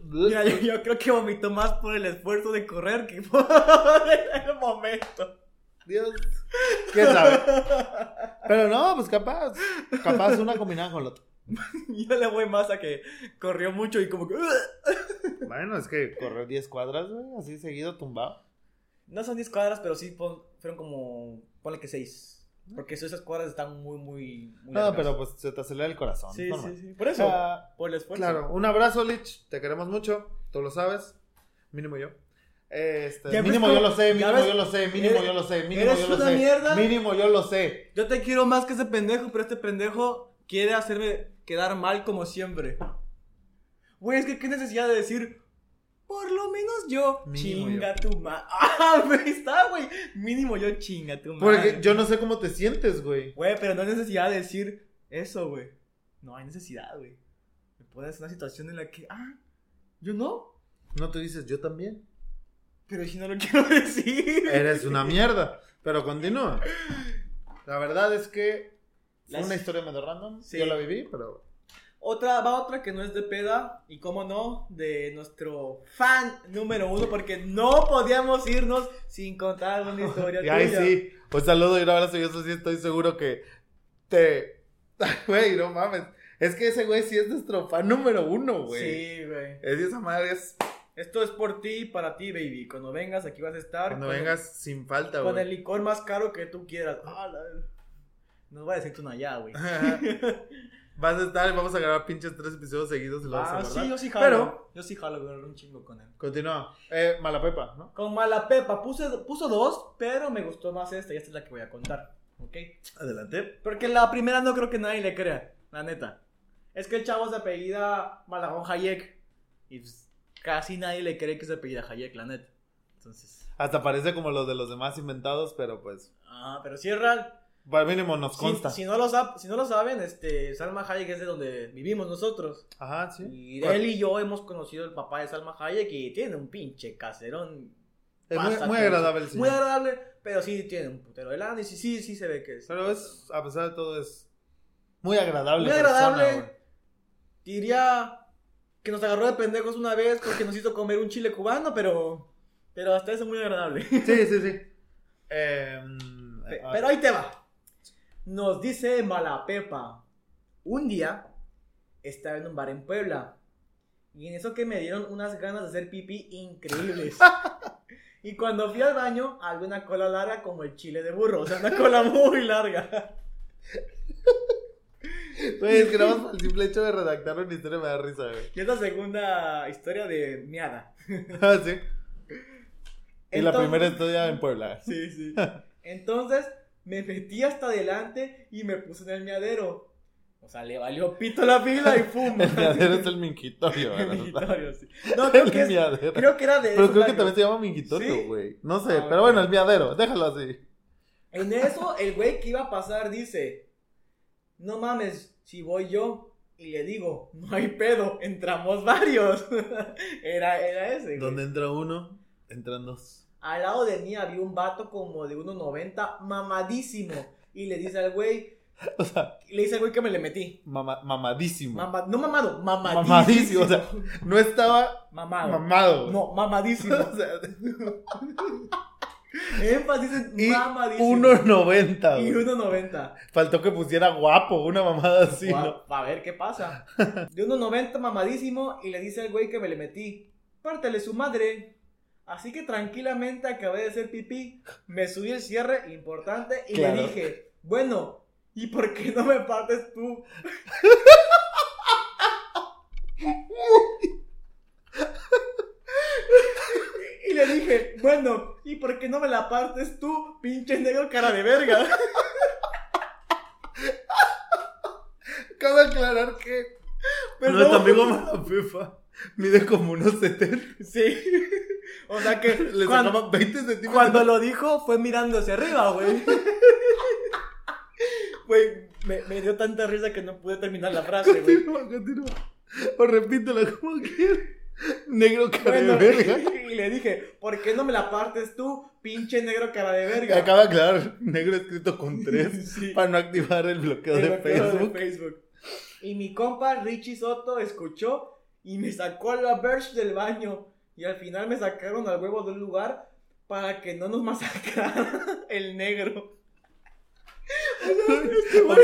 S1: Mira, yo, yo creo que vomitó más por el esfuerzo de correr que (laughs) por el momento.
S2: Dios. ¿Quién sabe? Pero no, pues capaz. Capaz una combinada con la otra.
S1: (laughs) Yo le voy más a que corrió mucho y como que.
S2: Bueno, es que correr 10 cuadras, güey, así seguido tumbado.
S1: No son 10 cuadras, pero sí pon- fueron como. Ponle que 6. Porque esas cuadras están muy, muy. muy
S2: No,
S1: largas.
S2: pero pues se te acelera el corazón.
S1: Sí,
S2: es normal.
S1: sí, sí. Por eso.
S2: Ah,
S1: por el esfuerzo.
S2: claro, un abrazo, Lich. Te queremos mucho. Tú lo sabes. Mínimo yo. Este,
S1: Ya ves
S2: mínimo
S1: cómo-
S2: yo lo sé,
S1: ya
S2: mínimo
S1: ves-
S2: yo lo sé, mínimo
S1: eres-
S2: yo lo sé, mínimo
S1: eres
S2: yo lo
S1: una
S2: sé.
S1: mierda.
S2: Mínimo yo lo sé.
S1: Yo te quiero más que ese pendejo, pero este pendejo quiere hacerme quedar mal como siempre. Güey, es que qué necesidad de decir, por lo menos yo,
S2: Mínimo
S1: chinga tu madre. (laughs) Ah, güey, está, güey. Mínimo yo, chinga tu madre.
S2: Porque yo no sé cómo te sientes, güey.
S1: Güey, pero no hay necesidad de decir eso, güey. No hay necesidad, güey. Me pones en una situación en la que, ah, yo no,
S2: No te dices yo también.
S1: pero si no lo (laughs) quiero decir.
S2: Eres una mierda. Pero continúa. La verdad es que fue
S1: Las-
S2: una historia medio random.
S1: Sí.
S2: Yo la viví, pero.
S1: Otra, va otra que no es de peda, y cómo no, de nuestro fan número uno, porque no podíamos irnos sin contar una historia
S2: (laughs) Y ahí
S1: tuya.
S2: sí. Un saludo y un abrazo. Yo eso sí estoy seguro que te. (laughs) Güey, no mames. Es que ese güey sí es nuestro fan número uno, güey.
S1: Sí, güey.
S2: Es esa madre es.
S1: Esto es por ti y para ti, baby. Cuando vengas, aquí vas a estar.
S2: Cuando
S1: con-
S2: vengas sin falta,
S1: Con el
S2: güey.
S1: licor más caro que tú quieras. Ah, la- No va a decir tú no ya, güey.
S2: (laughs) Vas a estar y vamos a grabar pinches tres episodios seguidos y (laughs) lo
S1: Ah,
S2: vas a
S1: sí, yo
S2: guardar.
S1: sí jalo.
S2: Pero,
S1: Yo sí jalo, güey, un chingo con él.
S2: continúa. Eh, Malapepa, ¿no?
S1: Con Mala Pepa, puse, puso dos, pero me gustó más esta y esta es la que voy a contar. ¿Ok?
S2: Adelante.
S1: Porque la primera no creo que nadie le crea, la neta. Es que el chavo se apellida Malagón Hayek. Y pues, casi nadie le cree que se apellida Hayek, la neta. Entonces.
S2: Hasta parece como los de los demás inventados, pero pues.
S1: Ah, pero sí es real.
S2: Para mínimo nos
S1: Si-
S2: consta.
S1: Si, no lo sab- si no lo saben, este, Salma Hayek es de donde vivimos nosotros.
S2: Ajá, sí.
S1: Y
S2: Bueno,
S1: él y yo hemos conocido el papá de Salma Hayek y tiene un pinche caserón.
S2: es muy,
S1: Pásate.
S2: muy agradable el señor.
S1: Muy agradable, pero sí tiene un putero de lana y sí, sí, sí se ve que es.
S2: Pero es, a pesar de todo, es muy agradable.
S1: Muy agradable.
S2: persona, güey.
S1: Diría que nos agarró de pendejos una vez porque nos hizo comer un chile cubano, pero. Pero hasta eso es muy agradable.
S2: sí, sí, sí. Em,
S1: Pe-
S2: ah,
S1: Pero ahí te va. Nos dice Malapepa. Un día estaba en un bar en Puebla. Y en eso que me dieron unas ganas de hacer pipí
S2: (laughs)
S1: increíbles. y cuando fui al baño, había una cola larga como el chile de burro. O sea, una
S2: (laughs)
S1: cola muy larga.
S2: güey, es que nada más el simple hecho de redactar una historia me da risa, güey. (laughs)
S1: Y es la segunda historia de miada.
S2: Ah, sí. Y la
S1: Entonces-
S2: primera historia en Puebla.
S1: (laughs) Sí, sí. Entonces me metí hasta adelante y me puse en el miadero. O sea, le valió pito la fila y pum. (laughs)
S2: (laughs) El miadero es el (laughs) minquitorio,
S1: El
S2: ¿verdad?
S1: miadero, sí. No, creo que,
S2: (laughs) El
S1: es-
S2: miadero.
S1: creo que era de
S2: Pero
S1: esos
S2: creo que
S1: baños.
S2: también se llama minquitorio,
S1: ¿Sí?
S2: güey. No sé,
S1: Ah,
S2: pero
S1: ok.
S2: bueno, el miadero, déjalo así.
S1: En eso, el güey que iba a pasar dice: No mames, si voy yo. Y le digo: No hay pedo, entramos varios. (laughs) era, era ese, güey.
S2: Donde entra uno, entran dos.
S1: Al lado de mí había un vato como de 1,90, mamadísimo. Y le dice al güey:
S2: O sea,
S1: Le dice al güey que me le metí.
S2: mama- mamadísimo.
S1: Mama- no mamado, mamadísimo.
S2: Mamadísimo, o sea, no estaba
S1: mamado.
S2: mamado. güey.
S1: no, mamadísimo.
S2: (laughs) O sea,
S1: (laughs) Énfasis
S2: Y
S1: en mamadísimo.
S2: 1.90.
S1: y
S2: güey.
S1: 1,90.
S2: Faltó que pusiera guapo, una mamada así,
S1: Gua-
S2: ¿no?
S1: A ver qué
S2: (laughs)
S1: pasa. De 1.90 mamadísimo y le dice al güey que me le metí. Pártele su madre. Así que tranquilamente acabé de hacer pipí. Me subí el cierre importante y
S2: Claro.
S1: le dije, bueno, ¿y por qué no me partes tú? Y le dije, bueno, ¿y por qué no me la partes tú, pinche negro cara de
S2: (laughs)
S1: verga?
S2: Cabe aclarar que
S1: Pero
S2: Nuestro
S1: no.
S2: amigo Malapepa mide como unos 70.
S1: Sí. (laughs) O sea que
S2: Le
S1: cuando,
S2: sacaban 20 centímetros.
S1: cuando lo dijo fue mirando hacia arriba, güey. (laughs) Güey, me, me dio tanta risa que no pude terminar la frase, güey.
S2: Continúa, continúa. O repítela como quieras. Negro (laughs) cara
S1: Bueno,
S2: de verga.
S1: (laughs) y le dije, ¿por qué no me la partes tú, pinche negro cara de verga?
S2: Acaba de aclarar, negro escrito
S1: (laughs)
S2: con tres.
S1: Sí.
S2: Para no activar el bloqueo de
S1: Me bloqueó de
S2: Facebook.
S1: Facebook. Y mi compa Richie Soto escuchó y me sacó a la Verge del baño. Y al final me sacaron al huevo de un lugar para que no nos masacrara (laughs) el negro.
S2: ok,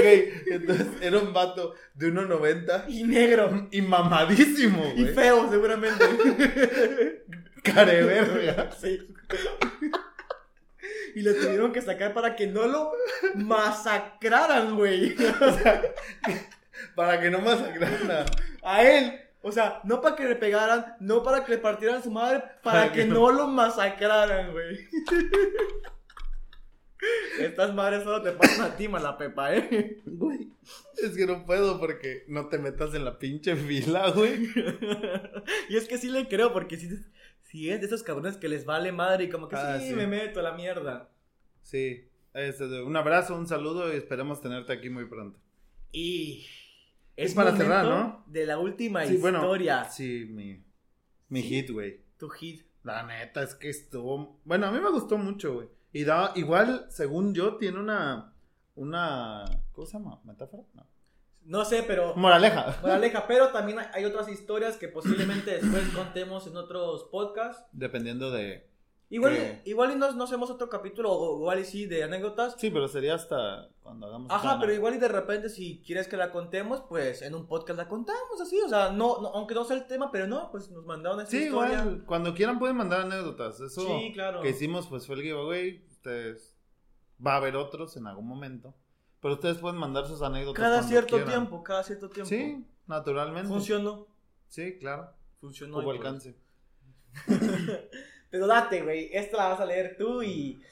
S2: entonces era un vato de 1.90
S1: Y negro.
S2: y mamadísimo,
S1: Y
S2: güey.
S1: feo, seguramente. (laughs)
S2: Cara de verga.
S1: Sí. Y lo tuvieron que sacar para que no lo masacraran, güey.
S2: Para que no masacrara.
S1: A él. O sea, no para que le pegaran, no para que le partieran su madre, para
S2: Para
S1: que
S2: que
S1: no lo masacraran, güey. Estas madres solo te pasan a ti, mala pepa, eh.
S2: Güey. Es que no puedo porque no te metas en la pinche fila, güey.
S1: Y es que sí le creo, porque si, si es de esos cabrones que les vale madre y como que
S2: Ah,
S1: sí,
S2: sí.
S1: me meto a la mierda.
S2: Sí. Este, un abrazo, un saludo y esperemos tenerte aquí muy pronto.
S1: Y.
S2: Es para
S1: momento
S2: cerrar, ¿no?
S1: De la última
S2: Sí, bueno,
S1: historia.
S2: Sí, mi, mi
S1: Sí.
S2: hit, güey.
S1: Tu hit.
S2: La neta es que estuvo. Bueno, a mí me gustó mucho, güey. Y da, igual, según yo, tiene una. Una. ¿Cómo se llama? ¿Metáfora? No.
S1: No sé, pero.
S2: Moraleja.
S1: Moraleja, pero también hay- hay otras historias que posiblemente después contemos en otros podcasts.
S2: Dependiendo de.
S1: Igual,
S2: Que-
S1: igual y nos, no hacemos otro capítulo, o igual y sí, de anécdotas.
S2: Sí, pero sería hasta cuando hagamos.
S1: Ajá,
S2: plana.
S1: pero igual y de repente si quieres que la contemos, pues en un podcast la contamos así, o sea, no, no- aunque no sea el tema, pero no, pues nos mandaron esta
S2: Sí,
S1: historia.
S2: igual. Cuando quieran pueden mandar anécdotas. Eso
S1: Sí, claro.
S2: que hicimos, pues fue el giveaway. Ustedes. Va a haber otros en algún momento. Pero ustedes pueden mandar sus anécdotas.
S1: Cada
S2: cuando
S1: cierto
S2: quieran.
S1: tiempo, cada cierto tiempo.
S2: Sí, naturalmente.
S1: Funcionó.
S2: Sí, claro.
S1: Funcionó.
S2: Como
S1: y todo.
S2: alcance.
S1: (laughs) Pero date, güey, esta la vas a leer tú y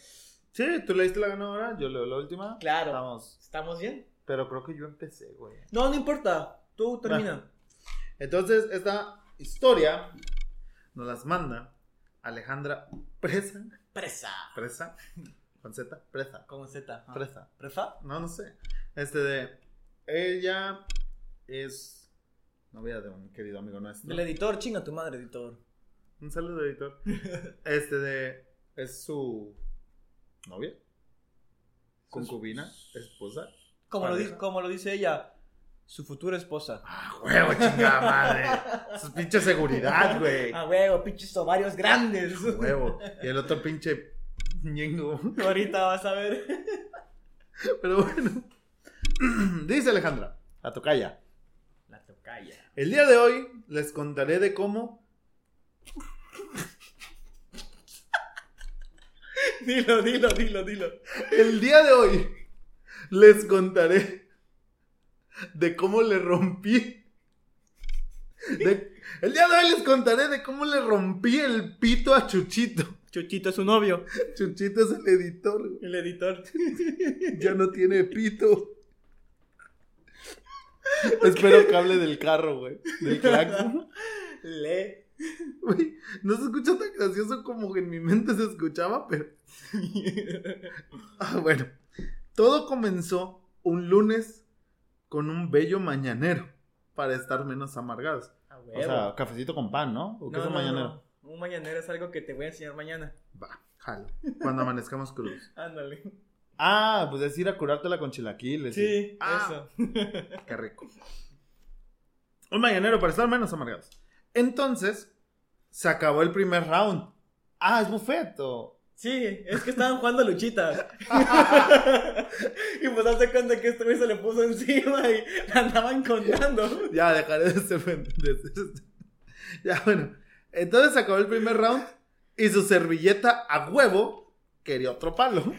S2: Sí, tú leíste la ganadora, yo leo la última.
S1: Claro.
S2: Estamos.
S1: ¿estamos bien?
S2: Pero creo que yo empecé, güey.
S1: No, no importa, tú termina.
S2: Entonces, esta historia nos las manda Alejandra Presa.
S1: Presa.
S2: Presa. Con Z, Presa.
S1: Con Z. ajá.
S2: Presa.
S1: ¿Prefa?
S2: No, no sé. Este de. Ella es novia de un querido amigo nuestro.
S1: Del editor, chinga tu madre, editor.
S2: Un saludo, (laughs) editor. Este de. Es su. ¿Novia? ¿Concubina? ¿Esposa?
S1: Como lo, di-
S2: Pareja.
S1: como lo dice ella, su futura esposa.
S2: ¡Ah, huevo, chingada (laughs) madre! Su pinche seguridad, güey.
S1: A Ah, huevo, pinches ovarios grandes.
S2: Ah, Huevo. Y el otro pinche ñengo.
S1: (laughs)
S2: (laughs)
S1: Ahorita vas a ver.
S2: Pero bueno. (clears throat) Dice Alejandra, a tocaya.
S1: La tocaya.
S2: El día de hoy les contaré de cómo.
S1: (laughs) Dilo, dilo, dilo, dilo.
S2: El día de hoy les contaré de cómo le rompí. de- el día de hoy les contaré de cómo le rompí el pito a Chuchito. (laughs)
S1: Chuchito es su novio,
S2: Chuchito es el editor. güey.
S1: el editor. (laughs)
S2: Ya no tiene pito. Espero que hable del carro, güey. Del claxon. (laughs)
S1: Le.
S2: Güey, no se escucha tan gracioso como en mi mente se escuchaba, pero. Ah, bueno. Todo comenzó un lunes con un bello mañanero para estar menos amargados.
S1: A
S2: O sea, cafecito con pan, ¿no? ¿O qué
S1: Ah, No,
S2: es un
S1: no, no.
S2: mañanero?
S1: Un mañanero es algo que te voy a enseñar mañana.
S2: Va, jalo. Cuando amanezcamos cruz.
S1: Ándale.
S2: (laughs) Ah, pues es ir a curártela con chilaquiles. y-
S1: Sí,
S2: Ah.
S1: eso.
S2: Qué rico. Un mañanero para estar menos amargados. Entonces, se acabó el primer round. Ah, es buffet. o-
S1: Sí, es que estaban jugando
S2: (laughs)
S1: luchitas. y pues hace cuenta que este güey se le puso encima y la andaban contando.
S2: Ya, dejaré de ser. de ser- Ya, bueno. Entonces se acabó el primer round y su servilleta a huevo quería otro palo.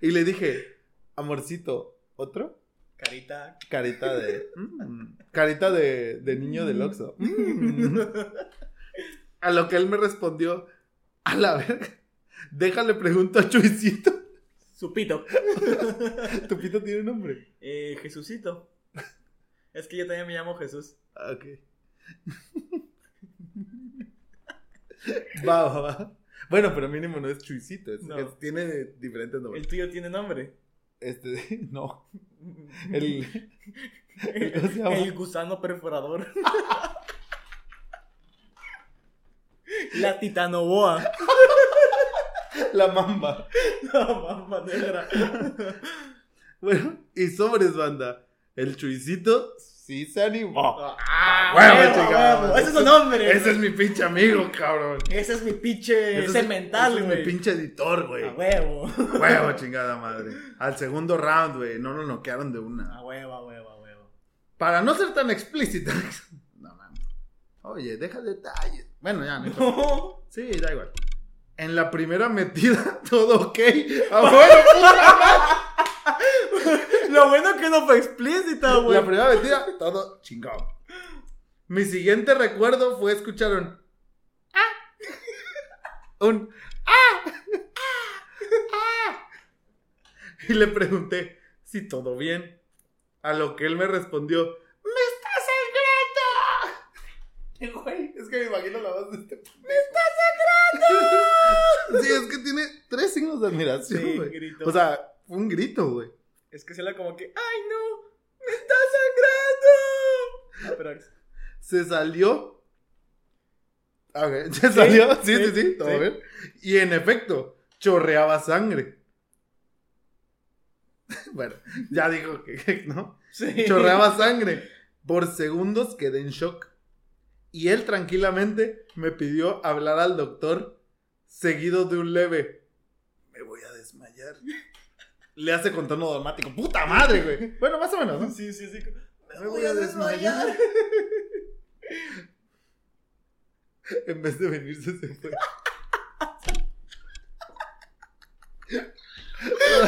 S2: Y le dije, amorcito, ¿otro?
S1: Carita.
S2: Carita de. mm, carita de, de niño del Oxxo. Mm. A lo que él me respondió, a la verga. Déjale pregunto a Chuisito.
S1: Supito.
S2: Tu pito tiene nombre.
S1: Eh, Jesucito. Es que yo también me llamo Jesús.
S2: Ah, Ok. va, va, va. Bueno, pero mínimo no es Chuisito. es-
S1: No.
S2: es- tiene diferentes nombres.
S1: El tuyo tiene nombre.
S2: Este, (laughs) no. El,
S1: El-
S2: ¿Cómo se llama?
S1: el gusano
S2: (laughs)
S1: perforador. La titanoboa.
S2: la mamba. (laughs)
S1: No, mamá negra.
S2: Bueno, y sobres, banda. El Chuisito sí se animó.
S1: Ah,
S2: huevo,
S1: huevo,
S2: chingada,
S1: huevo.
S2: madre.
S1: Ese es su nombre.
S2: Ese es mi pinche amigo, cabrón.
S1: Ese es mi pinche
S2: Ese es-
S1: cemental,
S2: ese es
S1: güey.
S2: mi pinche editor, Ah, güey.
S1: A huevo.
S2: Huevo, chingada madre. Al segundo round, güey. No nos noquearon de una.
S1: A huevo, a huevo, a huevo.
S2: Para no ser tan explícita. (laughs) No, mames. Oye, deja detalles. Bueno, ya, no. importa.
S1: No.
S2: Sí, da igual. En la primera metida, (laughs) todo ok. Ah, bueno, puta madre.
S1: Lo bueno que no fue explícita, güey.
S2: La primera metida, todo chingado. Mi siguiente recuerdo fue escuchar un. ¡Ah! (laughs) Un. ¡Ah! (laughs) ¡Ah! Y le pregunté si todo bien. A lo que él me respondió: ¡Me está sangrando! Güey, es que me imagino la voz de este. ¡Me está sangrando! (laughs) sí, es que tiene tres signos de admiración,
S1: Sí,
S2: güey.
S1: grito.
S2: O sea, fue un grito, güey.
S1: Es que se la como que, ¡ay no! ¡Me está sangrando! Ah, pero-
S2: se salió. Ah, ok, (laughs) se salió, sí, sí, sí,
S1: sí,
S2: todo
S1: sí.
S2: bien. Y en efecto, chorreaba sangre. (laughs) bueno, ya dijo que, que no.
S1: sí.
S2: (laughs) Chorreaba sangre. Por segundos quedé en shock. Y él tranquilamente me pidió hablar al doctor, seguido de un leve. Me voy a (laughs) desmayar. Le hace con tono dramático. ¡Puta madre, güey! Bueno, más o menos, ¿no?
S1: Sí, sí, sí.
S2: Me voy a desmayar. En vez de venirse, se (laughs) fue.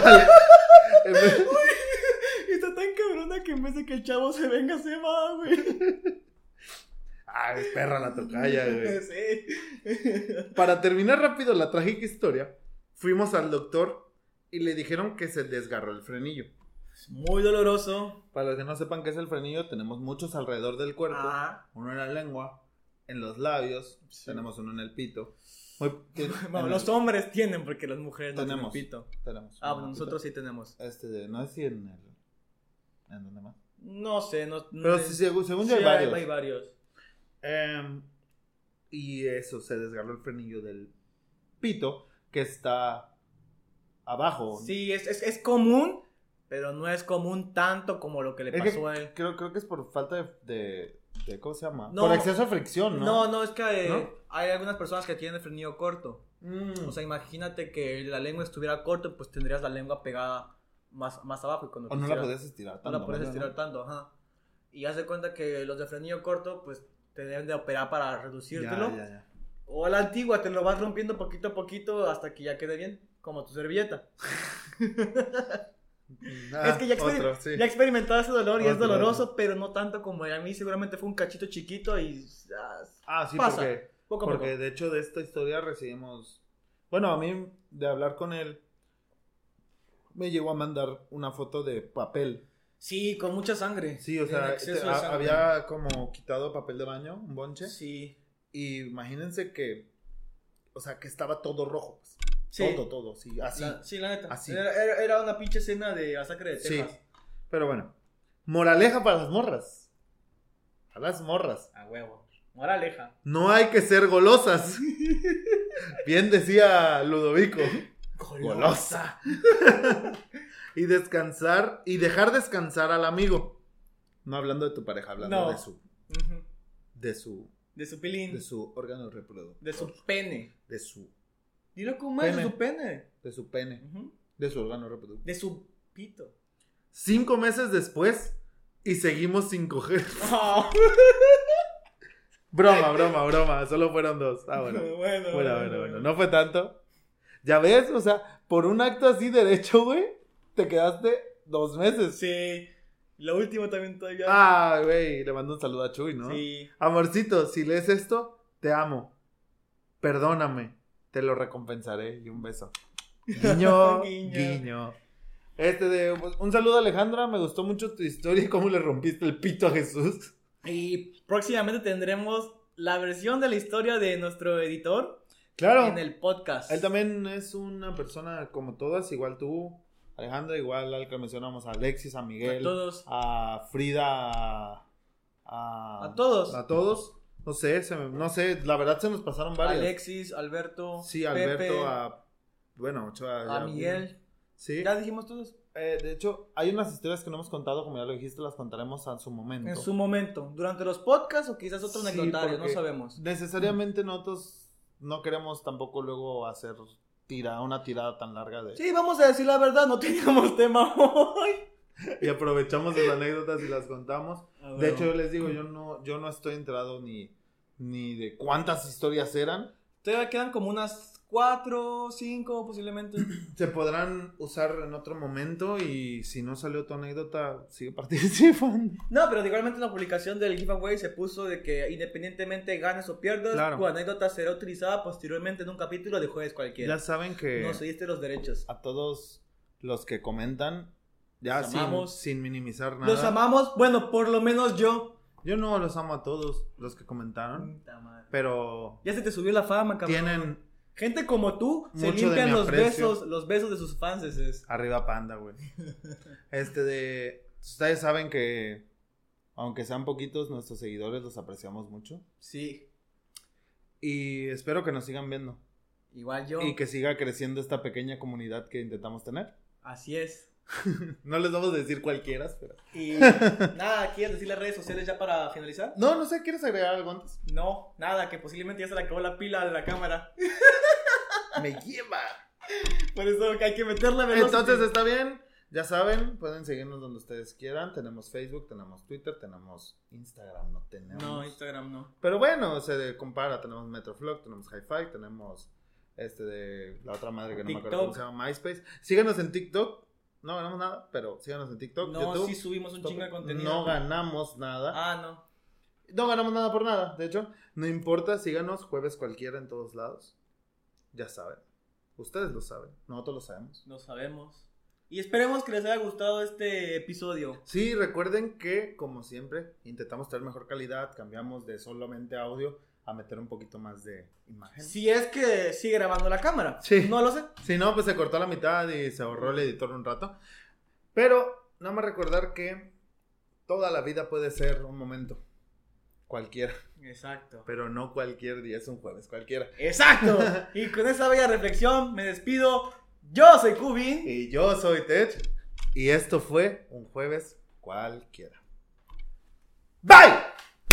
S2: Dale. En vez-
S1: (laughs) Y está tan cabrona que en vez de que el chavo se venga, se va, güey.
S2: Ay, perra la tocaya,
S1: (laughs)
S2: güey.
S1: Sí.
S2: Para terminar rápido la trágica historia, fuimos al doctor y le dijeron que se desgarró el frenillo.
S1: Es muy doloroso.
S2: Para los que no sepan qué es el frenillo, tenemos muchos alrededor del cuerpo.
S1: Ah,
S2: Uno en la lengua, en los labios,
S1: Sí.
S2: tenemos uno en el pito. Muy-
S1: (laughs) bueno,
S2: en
S1: los
S2: el-
S1: hombres tienen porque las mujeres no
S2: Tenemos.
S1: tienen pito.
S2: tenemos
S1: Ah,
S2: uno
S1: bueno,
S2: en el pito.
S1: nosotros sí tenemos.
S2: Este, de- no sé si en el. ¿En dónde más?
S1: No sé, no.
S2: Pero
S1: no-
S2: si- según, según yo
S1: Mm, sí,
S2: hay varios.
S1: Hay varios.
S2: Em, y eso, se desgarró el frenillo del pito que está abajo.
S1: Sí, es, es, es común, pero no es común tanto como lo que le
S2: Es que-
S1: pasó a él.
S2: Creo, creo que es por falta de. de, de- ¿Cómo se llama?
S1: No.
S2: por exceso de fricción,
S1: No,
S2: ¿no?
S1: no, es que eh,
S2: ¿No?
S1: hay algunas personas que tienen el frenillo corto.
S2: Mm.
S1: O sea, imagínate que la lengua estuviera corta, pues tendrías la lengua pegada más, más abajo. Y cuando
S2: o no la
S1: quisieras-
S2: podías estirar
S1: no
S2: tanto.
S1: la puedes
S2: ¿no?
S1: estirar tanto, ajá. Y haz de cuenta que los de frenillo corto, pues te deben de operar para
S2: Ya,
S1: reducírtelo.
S2: ya, ya.
S1: O a la antigua, te lo vas rompiendo poquito a poquito hasta que ya quede bien, como tu
S2: (laughs)
S1: servilleta.
S2: Ah,
S1: es que ya, exper-
S2: otro, sí.
S1: ya he experimentado ese dolor y es
S2: Otro,
S1: doloroso, pero no tanto como a mí. Seguramente fue un cachito chiquito y ah,
S2: Ah, sí,
S1: pasa.
S2: porque.
S1: poco a poco.
S2: Porque de hecho de esta historia recibimos, bueno, a mí de hablar con él, me llegó a mandar una foto de papel.
S1: Sí, con mucha sangre.
S2: Sí, o
S1: En
S2: sea,
S1: exceso
S2: este,
S1: de
S2: a-
S1: sangre.
S2: había como quitado papel de baño, un bonche.
S1: Sí.
S2: Y imagínense que, o sea, que estaba todo rojo. pues.
S1: Sí.
S2: Todo, todo, sí, así.
S1: La- sí, la neta.
S2: Así.
S1: Era, era- era una pinche escena de la sangre de
S2: Sí.
S1: Texas.
S2: Pero bueno, moraleja para las morras. A las morras.
S1: A huevo. Moraleja.
S2: No hay que ser (laughs) golosas. Bien decía (laughs) Ludovico. golosa. (laughs) y descansar y dejar descansar al amigo. No hablando de tu pareja, hablando
S1: No.
S2: de su
S1: Ujú.
S2: de su
S1: De su pilín.
S2: de su órgano reproductor,
S1: De su pene.
S2: de su
S1: Dilo como es, de
S2: Pene.
S1: su pene.
S2: de su pene,
S1: Ujú.
S2: de su órgano reproductor.
S1: De su pito.
S2: Cinco meses después y seguimos sin coger. Ah,
S1: (laughs)
S2: broma, broma, broma. Solo fueron dos. Ah, (laughs) bueno.
S1: bueno,
S2: Bueno, bueno, bueno. No fue tanto. Ya ves, o sea, por un acto así derecho, güey, te quedaste dos meses.
S1: Sí. Lo último también todavía.
S2: Ah, güey, le mando un saludo a Chuy, ¿no?
S1: Sí.
S2: Amorcito, si lees esto, te amo.
S1: (laughs)
S2: Perdóname, te lo recompensaré y un beso. Guiño, guiño.
S1: Guiño.
S2: Este de, un saludo a Alejandra, me gustó mucho tu historia y cómo le rompiste el pito a Jesús.
S1: Y próximamente tendremos la versión de la historia de nuestro editor
S2: Claro.
S1: en el podcast.
S2: Él también es una persona como todas, igual tú, Alejandra, igual al que mencionamos, a Alexis, a
S1: A
S2: Miguel, a,
S1: todos.
S2: Frida, a, a-
S1: A todos.
S2: A todos. No sé, se me- no sé, la verdad se nos pasaron varios.
S1: Alexis, Alberto,
S2: sí, Alberto,
S1: Pepe, a,
S2: a... Bueno, ocho, ya-
S1: Miguel.
S2: Sí.
S1: Ya dijimos todos.
S2: Eh, de hecho, hay unas historias que no hemos contado, como ya lo dijiste, las contaremos a su momento.
S1: En su momento. Durante los podcasts o quizás otro
S2: Sí,
S1: anecdotario, no
S2: porque-
S1: sabemos.
S2: Necesariamente nosotros no queremos tampoco luego hacer tira, una tirada tan larga de...
S1: Sí, vamos a decir la verdad, no (laughs) teníamos tema hoy.
S2: Y aprovechamos las anécdotas y las contamos. De hecho, yo les digo, yo no, yo no estoy enterado ni, ni de cuántas historias eran.
S1: todavía quedan como unas cuatro, cinco posiblemente.
S2: Se podrán usar en otro momento y si no salió tu anécdota, sigue (laughs) participando.
S1: (clears throat) No, pero igualmente en la publicación del giveaway se puso de que independientemente ganes o pierdas,
S2: Claro.
S1: tu anécdota será utilizada posteriormente en un capítulo de jueves
S2: Ya
S1: cualquiera.
S2: saben que
S1: No cediste los derechos.
S2: a todos los que comentan, ya
S1: Los
S2: sin,
S1: amamos.
S2: sin minimizar nada.
S1: Los amamos, bueno, por lo menos yo.
S2: Yo no los amo a todos los que comentaron,
S1: Puta madre.
S2: pero
S1: Ya se te subió la fama, Mm. cabrón.
S2: tienen
S1: Gente como tú se
S2: Mucho de
S1: limpian
S2: mi
S1: los
S2: aprecio.
S1: besos, los besos de sus fans. es-
S2: Arriba
S1: (laughs)
S2: panda, güey. Este de. Ustedes saben que. Aunque sean poquitos, nuestros seguidores los apreciamos mucho.
S1: Sí,
S2: Y espero que nos sigan viendo.
S1: igual yo.
S2: Y que siga creciendo esta pequeña comunidad que intentamos tener. (laughs)
S1: Así es.
S2: No les vamos a decir cualquiera, pero. (laughs)
S1: Y nada, ¿quieres decir las redes sociales ya para finalizar?
S2: No, no sé, ¿quieres agregar
S1: (laughs)
S2: algo antes?
S1: No, nada, que posiblemente ya se le acabó la pila de la cámara.
S2: Me lleva.
S1: Por eso que hay que meterle velocidad.
S2: Entonces está bien. Ya saben, pueden seguirnos donde ustedes quieran. Tenemos Facebook, tenemos Twitter, tenemos Instagram, no tenemos.
S1: No, Instagram no.
S2: Pero bueno, se de- compara, tenemos Metroflog, tenemos Hi-Fi, tenemos este de la otra madre que no me acuerdo cómo
S1: TikTok.
S2: se llama, MySpace. Síganos en TikTok, no ganamos nada, pero síganos en TikTok,
S1: No,
S2: YouTube.
S1: sí subimos un chingo de contenido.
S2: No ganamos nada.
S1: Ah, no.
S2: No ganamos nada por nada, de hecho, no importa, síganos jueves cualquiera en todos lados. Ya saben. Ustedes lo saben, nosotros lo sabemos.
S1: No sabemos. Y esperemos que les haya gustado este episodio.
S2: Sí, recuerden que, como siempre, intentamos tener mejor calidad, cambiamos de solamente audio a meter un poquito más de imagen.
S1: Si es que sigue grabando la cámara.
S2: Sí.
S1: No lo sé.
S2: Si no, pues se cortó la mitad y se ahorró el editor un rato. Pero nada más recordar que toda la vida puede ser un momento. Cualquiera.
S1: Exacto.
S2: Pero no cualquier día, es un jueves, cualquiera. (laughs)
S1: Exacto. y con esa bella reflexión me despido. Yo soy Kubin.
S2: Y yo soy Ted. Y esto fue un jueves cualquiera. Bye.